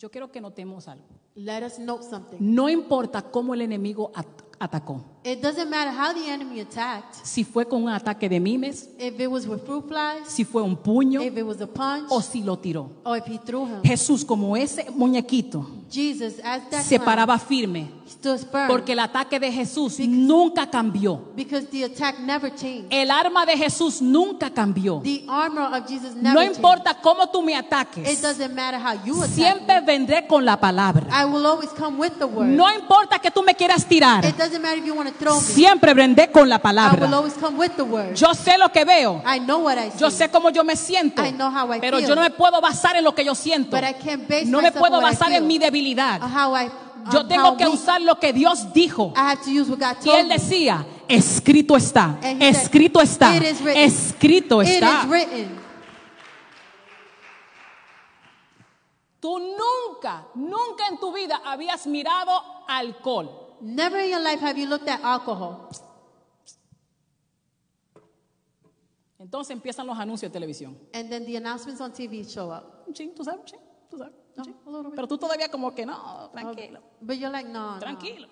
S3: Yo quiero que notemos algo.
S4: Let us note something.
S3: No importa cómo el enemigo at- atacó.
S4: It doesn't matter how the enemy attacked.
S3: Si fue con un ataque de mimes,
S4: If it was with fruit flies,
S3: si fue un puño
S4: if it was a punch,
S3: o si lo tiró.
S4: or if he threw him.
S3: Jesús como ese muñequito
S4: Jesus at that
S3: se
S4: time
S3: paraba firme.
S4: stood firm
S3: Porque el ataque de Jesús nunca cambió.
S4: because the attack never changed.
S3: El arma de Jesús nunca cambió.
S4: The armor of Jesus never
S3: No importa cómo tú me
S4: changed. It
S3: ataques,
S4: doesn't matter how you attack
S3: siempre
S4: me.
S3: vendré con la palabra.
S4: I will always come with the word.
S3: No importa que tú me quieras tirar,
S4: It doesn't matter if you want to throw me.
S3: siempre vendré con la
S4: I will
S3: palabra.
S4: always come with the word.
S3: Yo sé lo que veo,
S4: I know what I see.
S3: yo sé cómo yo me siento,
S4: Ah, I know how I
S3: pero
S4: feel.
S3: yo no me puedo basar en lo que yo siento.
S4: But I can't base
S3: No me
S4: myself
S3: puedo
S4: on what I
S3: basar en
S4: feel,
S3: mi
S4: on
S3: debilidad.
S4: Uh, how I,
S3: Yo
S4: on how Ah,
S3: tengo que
S4: weak-
S3: usar lo que Dios dijo.
S4: I have to use what God
S3: Y
S4: told
S3: él
S4: me.
S3: decía, escrito está,
S4: And he said,
S3: escrito está,
S4: "It is written.
S3: escrito
S4: It is
S3: está.
S4: written.
S3: Tú nunca, nunca en tu vida habías mirado alcohol.
S4: Never in your life have you looked at alcohol.
S3: Entonces empiezan los anuncios de televisión.
S4: And then the announcements on TV show up.
S3: Un ching, tú sabes, un ching, tú sabes, un ching.
S4: a little bit.
S3: Pero tú todavía como que no, tranquilo, Ah.
S4: But you're like, no, no.
S3: tranquilo.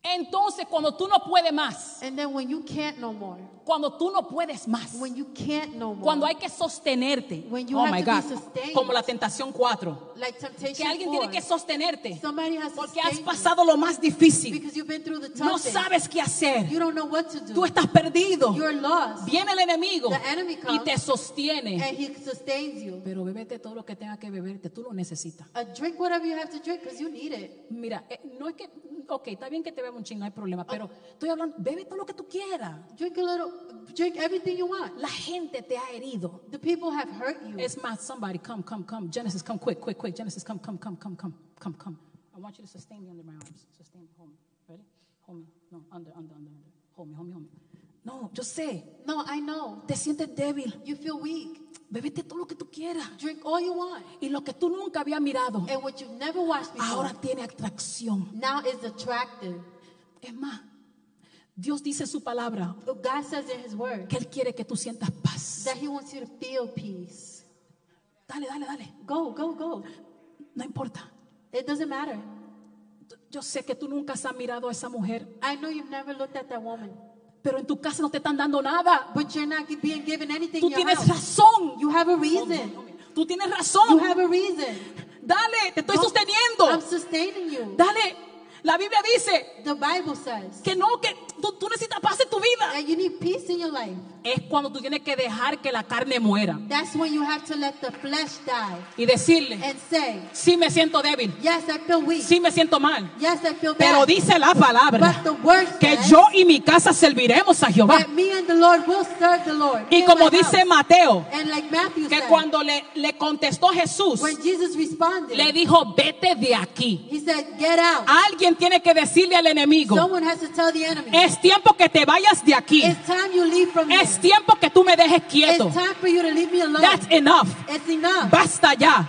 S3: Entonces cuando tú no puedes más,
S4: And then when you can't no more,
S3: cuando tú no puedes más,
S4: when you can't no more,
S3: cuando hay que sostenerte,
S4: When you
S3: oh
S4: have
S3: my
S4: to be
S3: God,
S4: sustained.
S3: como la tentación 4,
S4: like temptation
S3: que alguien
S4: four,
S3: tiene que sostenerte.
S4: somebody has
S3: Porque
S4: to
S3: has
S4: sustain
S3: pasado lo más
S4: you
S3: difícil.
S4: because you've been through the tough
S3: No
S4: thing.
S3: sabes qué hacer.
S4: You don't know what to do.
S3: Tú estás perdido.
S4: you're lost.
S3: Viene el enemigo
S4: The enemy
S3: y
S4: comes.
S3: te sostiene.
S4: And he sustains you.
S3: Pero bébete todo lo que tenga que beberte. Tú lo necesitas.
S4: Uh, drink whatever you have to drink because you need it.
S3: Mira, eh, no es que, ok, está bien que te beba un chingo, no hay problema. Pero estoy hablando, bebe todo lo que tú quieras.
S4: Drink a little, drink everything you want.
S3: La gente te ha herido.
S4: The people have hurt you.
S3: Es más, somebody, come, come, come. Genesis, come quick, quick, quick. Genesis, come, come, come, come, come, come, come. I want you to sustain me under my arms. Sustain me, hold me. Ready? Hold me. No, under, under, under, under. Hold me, hold me, hold me. No, yo sé.
S4: no, I know.
S3: Te sientes débil.
S4: You feel weak.
S3: Bebete todo lo que tú quieras.
S4: Drink all you want.
S3: Y lo que tú nunca habías mirado,
S4: And what you've never watched before
S3: ahora tiene atracción.
S4: now is attractive.
S3: Es más, Dios dice su palabra
S4: But God says in His Word
S3: que Él quiere que tú sientas paz.
S4: that He wants you to feel peace.
S3: Dale, dale, dale.
S4: Go, go, go.
S3: No importa.
S4: It doesn't matter.
S3: Yo sé que tú nunca has mirado a esa mujer,
S4: I know you've never looked at that woman,
S3: pero en tu casa no te están dando nada.
S4: but you're not being given anything.
S3: Tú
S4: in your
S3: tienes
S4: house.
S3: razón.
S4: You have a reason.
S3: Tú tienes
S4: You
S3: razón.
S4: have a reason.
S3: Dale, te estoy
S4: Go. I'm
S3: sosteniendo.
S4: sustaining you.
S3: Dale. La Biblia dice
S4: The Bible says
S3: que no, que tú, tú necesitas paz en tu vida.
S4: that you need peace in your life.
S3: Es cuando tú tienes que dejar que la carne muera
S4: That's when you have to let the flesh die
S3: y decirle,
S4: and say,
S3: Sí me siento débil,
S4: Yes, I feel weak.
S3: sí me siento mal,
S4: Yes, I feel
S3: pero
S4: bad.
S3: dice la
S4: But
S3: palabra
S4: the word
S3: que
S4: says
S3: yo y mi casa serviremos a Jehová.
S4: that me and the Lord will serve the Lord.
S3: Y
S4: in
S3: como
S4: my
S3: dice
S4: house.
S3: Mateo,
S4: And like Matthew
S3: que
S4: said,
S3: cuando le, le contestó Jesús,
S4: when Jesus responded,
S3: le dijo, vete de aquí.
S4: he said, Get out.
S3: Alguien tiene que decirle al enemigo,
S4: Someone has to tell the enemy,
S3: es tiempo que te vayas de aquí.
S4: It's time you leave from here.
S3: Es tiempo que tú me dejes quieto.
S4: It's time for you to leave me alone.
S3: That's enough.
S4: it's enough.
S3: Basta ya.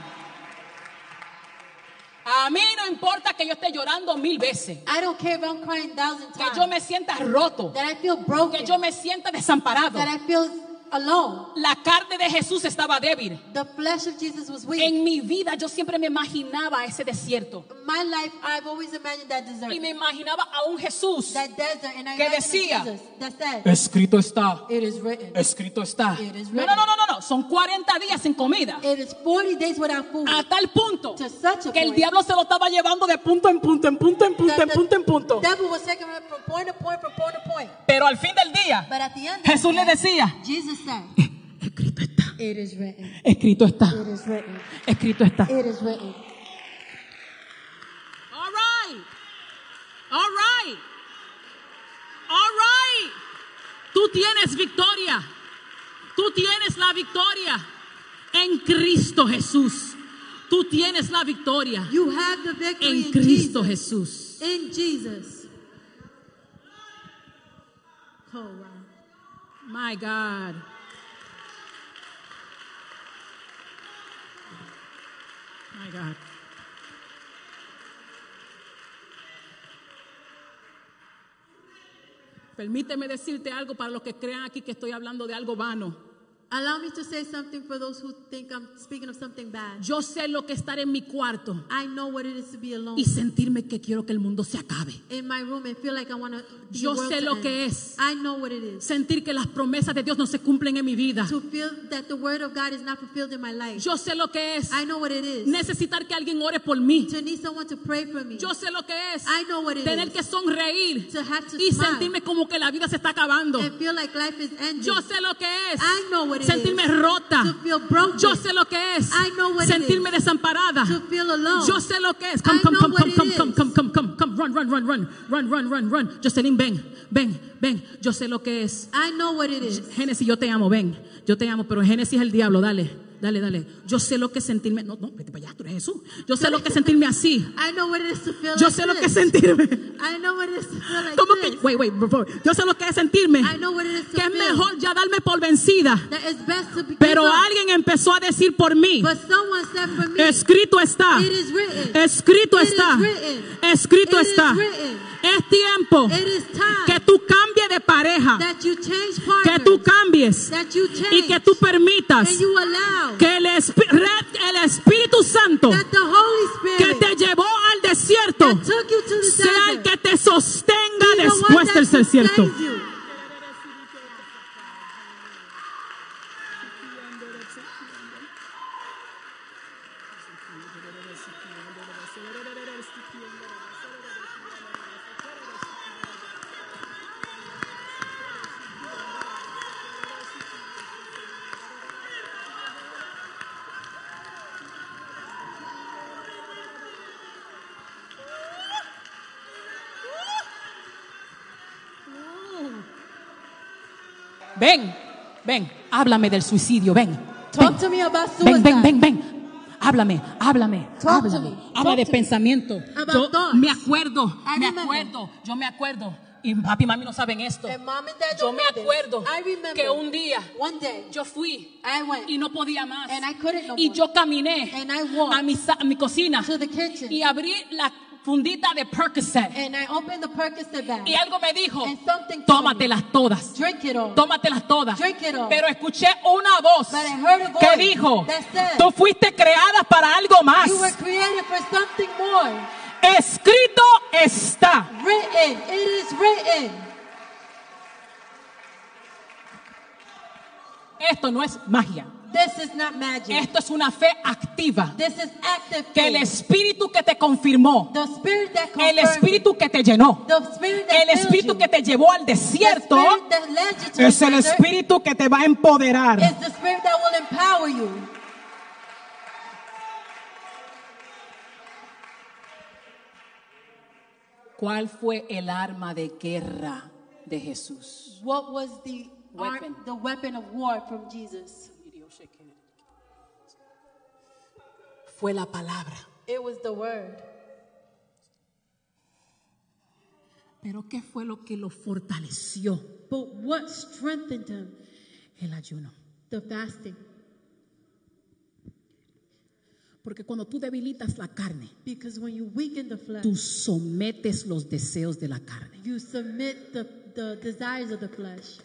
S3: A mí no importa que yo esté llorando mil veces,
S4: I don't care if I'm crying a thousand
S3: que
S4: times.
S3: yo me sienta roto,
S4: that I feel broken.
S3: que yo me sienta desamparado.
S4: that I feel alone.
S3: La carne de Jesús estaba débil.
S4: The flesh of Jesus was weak.
S3: En mi vida yo siempre me imaginaba ese desierto
S4: my life, I've always imagined that desert.
S3: y me imaginaba a un Jesús.
S4: that desert. And I
S3: Que
S4: imagined
S3: decía,
S4: Jesus that said,
S3: Escrito está,
S4: It is written.
S3: escrito está.
S4: It is
S3: No,
S4: written.
S3: no, no, no, no, son 40 días sin comida.
S4: It is 40 days without food.
S3: A tal punto
S4: To such a
S3: que el
S4: point.
S3: diablo se lo estaba llevando de punto en punto, en punto en punto,
S4: The-
S3: en punto en punto.
S4: The devil was taking her from point to point, from point to point.
S3: Pero al fin del día,
S4: But at the end, of
S3: Jesús
S4: the
S3: le
S4: day,
S3: decía, "Eh,
S4: Jesus said,
S3: escrito está,
S4: It is written.
S3: escrito está,
S4: It is written.
S3: escrito está.
S4: It is written.
S3: All right. All right. All right. Tú tienes victoria. Tú tienes la victoria en Cristo Jesús. Tú tienes la victoria
S4: You have the victory
S3: en
S4: in
S3: Cristo
S4: Jesus.
S3: Jesús.
S4: In Jesus. Oh, wow.
S3: My God. My God. Permíteme decirte algo para los que crean aquí que estoy hablando de algo vano.
S4: Allow me to say something for those who think I'm speaking of something bad.
S3: Yo sé lo que es estar en mi cuarto
S4: I know what it is to be alone
S3: y sentirme que quiero que el mundo se acabe.
S4: in my room and feel like I want to.
S3: Yo sé lo que es.
S4: I know what it is
S3: Sentir que las promesas de Dios no se cumplen en mi vida.
S4: to feel that the word of God is not fulfilled in my life.
S3: Yo sé lo que es
S4: I know what it is
S3: necesitar que alguien ore por mí.
S4: to need someone to pray for me.
S3: Yo sé lo que es
S4: I know what it
S3: tener
S4: is
S3: que sonreír
S4: to have to
S3: y
S4: smile
S3: sentirme como que la vida se está acabando.
S4: and feel like life is ending.
S3: Yo sé lo que es
S4: I know what it
S3: sentirme
S4: is
S3: rota.
S4: to feel broken,
S3: Yo sé lo que es
S4: I know what it
S3: sentirme desamparada.
S4: to feel alone.
S3: Yo sé lo que es.
S4: I
S3: Come, come,
S4: know
S3: come,
S4: what
S3: come,
S4: it
S3: come,
S4: is.
S3: come, come, come, come, come, run, run, run, run, run, run, run, run. Jocelyn, ven, ven, ven. Yo sé lo que es.
S4: I know what it is.
S3: Génesis, yo te amo, ven. Yo te amo, pero Génesis es el diablo, dale, dale, dale. Yo sé lo que es sentirme. No, no, vete para allá, tú eres Jesús. Yo sé lo que es sentirme así.
S4: I know what it is to feel
S3: Yo
S4: like
S3: sé lo que es
S4: this.
S3: sentirme.
S4: I know what it is to feel like
S3: ¿Cómo
S4: this.
S3: que? Wait, wait, before. Yo sé lo que es sentirme.
S4: I know what it is to
S3: Que es
S4: feel.
S3: mejor ya darme por vencida.
S4: That it's best to be
S3: Pero
S4: give up.
S3: alguien empezó a decir por mí.
S4: But someone said for me,
S3: Escrito está.
S4: It is written.
S3: Escrito
S4: It is
S3: está.
S4: written.
S3: Escrito
S4: It is
S3: está.
S4: written.
S3: Es tiempo
S4: it is time
S3: que tú cambies de pareja.
S4: that you change
S3: Que
S4: partners,
S3: tú cambies.
S4: that you change,
S3: Y que tú permitas
S4: and you allow
S3: que el, Espi- re- el Espíritu Santo
S4: that the Holy
S3: que
S4: Spirit
S3: te llevó al desierto
S4: that took you to the
S3: sea el
S4: desert
S3: que te sostenga
S4: be the one
S3: después
S4: that
S3: del desierto.
S4: sustains you.
S3: Ven, ven, háblame del suicidio, ven.
S4: Talk
S3: ven.
S4: to me about
S3: Ven,
S4: suicide.
S3: ven, ven, ven. Háblame, háblame.
S4: Talk to
S3: háblame.
S4: me.
S3: Habla
S4: Talk
S3: de
S4: to me.
S3: pensamiento.
S4: About
S3: Yo
S4: thoughts.
S3: me acuerdo,
S4: I
S3: me
S4: remember.
S3: acuerdo, yo me acuerdo. Y papi y mami no saben esto.
S4: And mom and dad
S3: Yo
S4: don't
S3: me
S4: know this.
S3: acuerdo
S4: I remember
S3: que un día
S4: one day
S3: yo fui
S4: I went
S3: y no podía más.
S4: And I couldn't no
S3: y
S4: more.
S3: yo caminé
S4: And I walked
S3: a mi, sa- a mi cocina
S4: to the kitchen
S3: y abrí la fundita de Percocet.
S4: and I opened the Percocet bag.
S3: y algo me dijo,
S4: And something told
S3: tómatelas todas.
S4: Drink it all.
S3: Tómatelas todas.
S4: Drink it all.
S3: Pero escuché una voz
S4: But I heard a
S3: que
S4: voice
S3: dijo,
S4: that said,
S3: tú fuiste creada para algo más.
S4: You were created for something more.
S3: Escrito está.
S4: Written. It is written.
S3: Esto no es magia.
S4: This is not magic.
S3: Esto es una fe activa.
S4: This is active
S3: Que el
S4: faith.
S3: espíritu que te confirmó,
S4: The spirit that
S3: el
S4: confirmed
S3: espíritu que te llenó,
S4: The spirit that
S3: el espíritu
S4: filled
S3: que
S4: you.
S3: te llevó al desierto,
S4: The spirit that led you to
S3: es el
S4: the desert
S3: espíritu que te va a empoderar.
S4: is the spirit that will empower you.
S3: ¿Cuál fue el arma de guerra de Jesús?
S4: What was the
S3: Weapon.
S4: ar- the weapon of war from Jesus?
S3: Fue la palabra.
S4: It was the word.
S3: Pero ¿qué fue lo que lo fortaleció?
S4: But what strengthened him?
S3: El ayuno.
S4: The fasting.
S3: Porque cuando tú debilitas la carne,
S4: Because when you weaken the flesh,
S3: tú sometes los deseos de la carne.
S4: you submit the, the desires of the flesh.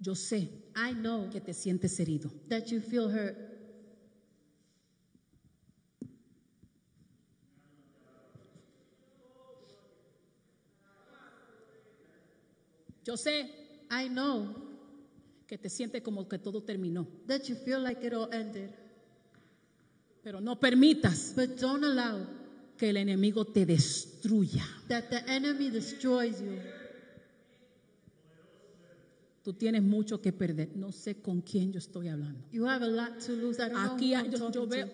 S3: Yo sé
S4: I know
S3: que te sientes herido,
S4: that you feel hurt.
S3: yo sé
S4: I know
S3: que te sientes como que todo terminó,
S4: that you feel like it all ended.
S3: pero no permitas
S4: But don't allow
S3: que el enemigo te destruya.
S4: that the enemy destroys you.
S3: Tú tienes mucho que perder. No sé con quién yo estoy hablando.
S4: You have a lot to lose. I don't
S3: Aquí
S4: know
S3: hay-
S4: who I'm
S3: yo, yo
S4: talking
S3: veo,
S4: to.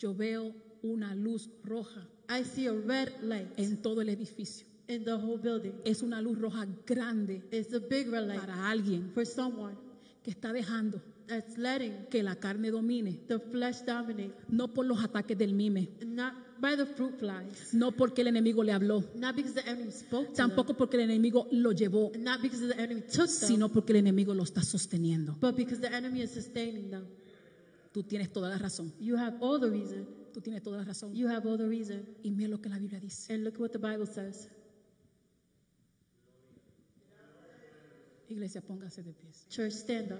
S3: yo veo una luz roja
S4: I see a red light
S3: en todo el edificio.
S4: in the whole building.
S3: Es una luz roja grande
S4: It's a big red light
S3: para alguien
S4: for someone
S3: que está dejando
S4: that's letting
S3: que la carne domine,
S4: the flesh dominate,
S3: no por los ataques del mime,
S4: not by the fruit flies,
S3: no porque el enemigo le habló,
S4: not because the enemy spoke to them,
S3: tampoco porque el enemigo lo llevó,
S4: not because the enemy took them,
S3: sino porque el enemigo lo está sosteniendo.
S4: but because the enemy is sustaining them.
S3: Tú tienes toda la razón,
S4: You have all the reason.
S3: tú tienes toda la razón.
S4: You have all the reason.
S3: Y mira lo que la Biblia dice.
S4: And look what the Bible says.
S3: Iglesia, póngase de pie.
S5: Church, stand up.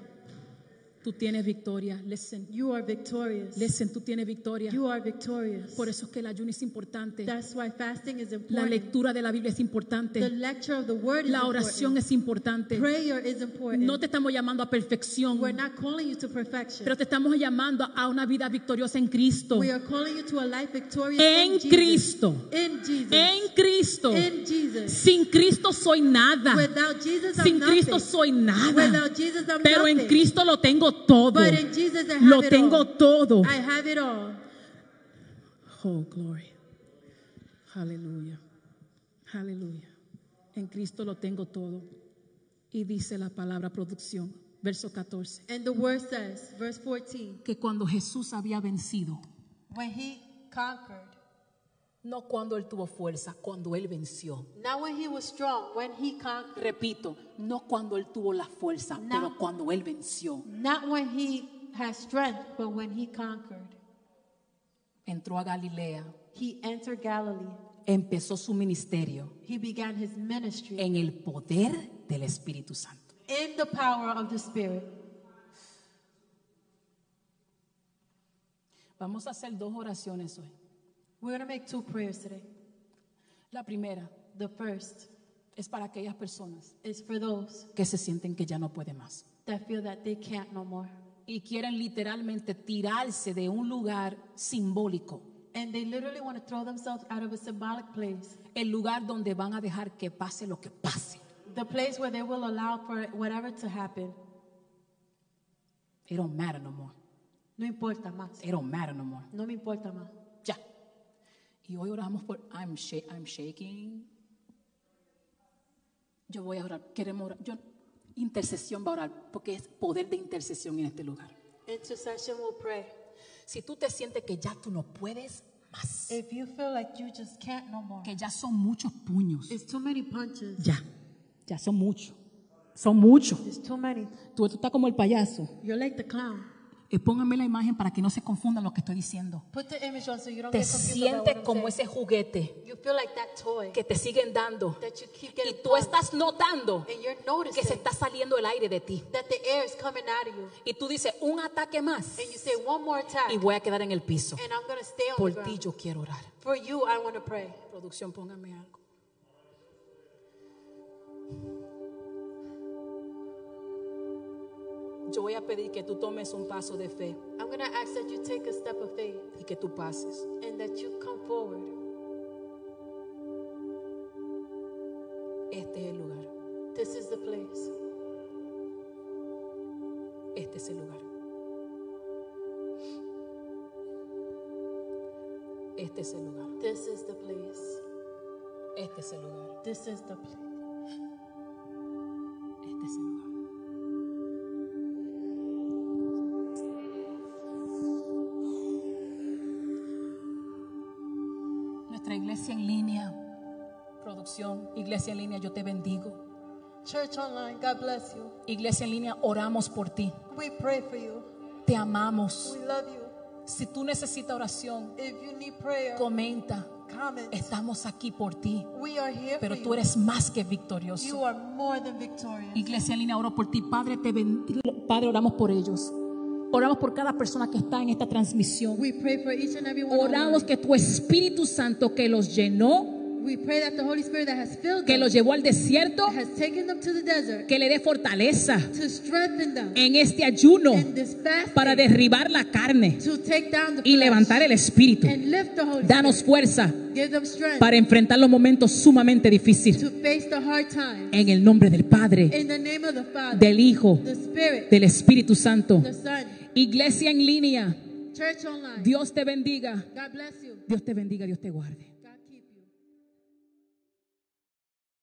S3: Tú tienes victoria. Listen.
S5: You are victorious.
S3: Listen, tú tienes victoria.
S5: You are victorious.
S3: Por eso es que el ayuno es importante.
S5: That's why fasting is
S3: La
S5: important.
S3: lectura de la Biblia es
S5: The
S3: importante.
S5: lecture of the word is
S3: La oración
S5: important.
S3: es importante.
S5: Prayer is important.
S3: No te estamos llamando a perfección,
S5: We're not calling you to perfection.
S3: pero te estamos llamando a una vida victoriosa en Cristo.
S5: we are calling you to a life victorious
S3: En
S5: in Jesus.
S3: Cristo.
S5: In Jesus.
S3: En Cristo.
S5: in Jesus.
S3: Sin Cristo soy nada.
S5: Without Jesus, I'm
S3: Sin
S5: nothing.
S3: Cristo soy nada.
S5: Without Jesus, I'm
S3: Pero en
S5: nothing.
S3: Cristo lo tengo todo.
S5: But in Jesus, I have
S3: Lo
S5: it all.
S3: tengo todo.
S5: I have it all.
S3: Oh, gloria. Aleluya. Aleluya. En Cristo lo tengo todo. Y dice la palabra producción, verso 14,
S5: And the word says, verse 14,
S3: que cuando Jesús había vencido,
S4: When he conquered,
S3: no cuando él tuvo fuerza, cuando él venció.
S4: not when he was strong, when he conquered,
S3: Repito, no cuando él tuvo la fuerza,
S4: No.
S3: pero cuando él venció.
S4: not when he had strength, but when he conquered.
S3: Entró a Galilea,
S4: He entered Galilee.
S3: empezó su ministerio
S4: He began his ministry
S3: en el poder del Espíritu Santo.
S4: in the power of the Spirit.
S3: Vamos a hacer dos oraciones hoy.
S4: We're going to make two prayers today.
S3: La primera
S4: The first
S3: es para aquellas personas
S4: is for those
S3: que se sienten que ya no pueden más
S4: that feel that they can't no more
S3: y quieren literalmente tirarse de un lugar simbólico,
S4: and they literally want to throw themselves out of a symbolic place,
S3: el lugar donde van a dejar que pase lo que pase.
S4: the place where they will allow for whatever to happen.
S3: It don't matter no more.
S4: No importa más.
S3: It don't matter no more.
S4: No me importa más.
S3: Ya. Y hoy oramos por I'm, sha- I'm shaking. Yo voy a orar. Queremos orar. Yo, intercesión va a orar porque es poder de intercesión en este lugar.
S4: Intercession will pray.
S3: Si tú te sientes que ya tú no puedes más,
S4: If you feel like you just can't no more,
S3: que ya son muchos puños.
S4: it's too many punches.
S3: Ya, ya son muchos. Son muchos.
S4: It's too many.
S3: Tú, tú estás como el payaso.
S4: You're like the clown.
S3: Eh, pónganme la imagen para que no se confundan lo que estoy diciendo.
S4: Put the image on so you don't
S3: Te
S4: get confused about what
S3: sientes
S4: I'm
S3: como
S4: saying.
S3: ese juguete
S4: You feel like that toy
S3: que te siguen dando.
S4: that you keep getting
S3: Y tú
S4: punched.
S3: estás notando
S4: and you're
S3: que se
S4: noticing
S3: está saliendo el aire de ti.
S4: that the air is coming out of you.
S3: Y tú dices, un ataque más
S4: And you say one more attack
S3: y voy a quedar en el piso.
S4: and I'm going to stay on
S3: Por
S4: the
S3: ti
S4: ground.
S3: yo quiero orar.
S4: For you, I want to pray.
S3: Producción, póngame algo. Yo voy a pedir que tú tomes un paso de fe
S4: I'm going to ask that you take a step of faith
S3: y que tú pases.
S4: and that you come forward.
S3: Este es el lugar.
S4: This is the place.
S3: Este es el lugar. Este es el lugar.
S4: This is the place.
S3: Este es el lugar.
S4: This is the place.
S3: Este es el lugar. Nuestra iglesia en línea, producción, iglesia en línea, yo te bendigo.
S4: Church online, God bless you.
S3: Iglesia en línea, oramos por ti.
S4: We pray for you.
S3: Te amamos.
S4: We love you.
S3: Si tú necesitas oración,
S4: If you need prayer,
S3: comenta.
S4: comment.
S3: Estamos aquí por ti.
S4: We are here
S3: Pero
S4: for
S3: tú
S4: you.
S3: eres más que victorioso.
S4: You are more than victorious.
S3: Iglesia en línea, oro por ti. Padre, te bendigo. Padre, oramos por ellos. Oramos por cada persona que está en esta transmisión.
S4: We pray for each and every one.
S3: Oramos que tu Espíritu Santo que los llenó,
S4: We pray that the Holy Spirit that has filled
S3: que
S4: them
S3: los llevó al desierto,
S4: has taken them to the desert
S3: que le dé fortaleza
S4: to strengthen them
S3: en este ayuno
S4: in this fast
S3: para derribar la carne
S4: to take down the
S3: y levantar el espíritu.
S4: and lift the Holy
S3: Danos fuerza
S4: Spirit. Give them strength
S3: para enfrentar los momentos sumamente difíciles.
S4: to face the hard times.
S3: En el nombre del Padre,
S4: In the name of the Father,
S3: del Hijo,
S4: the Spirit,
S3: del Espíritu Santo.
S4: the Son,
S3: Iglesia en línea,
S4: Church Online.
S3: Dios te bendiga.
S4: God bless you.
S3: Dios te bendiga, Dios te guarde.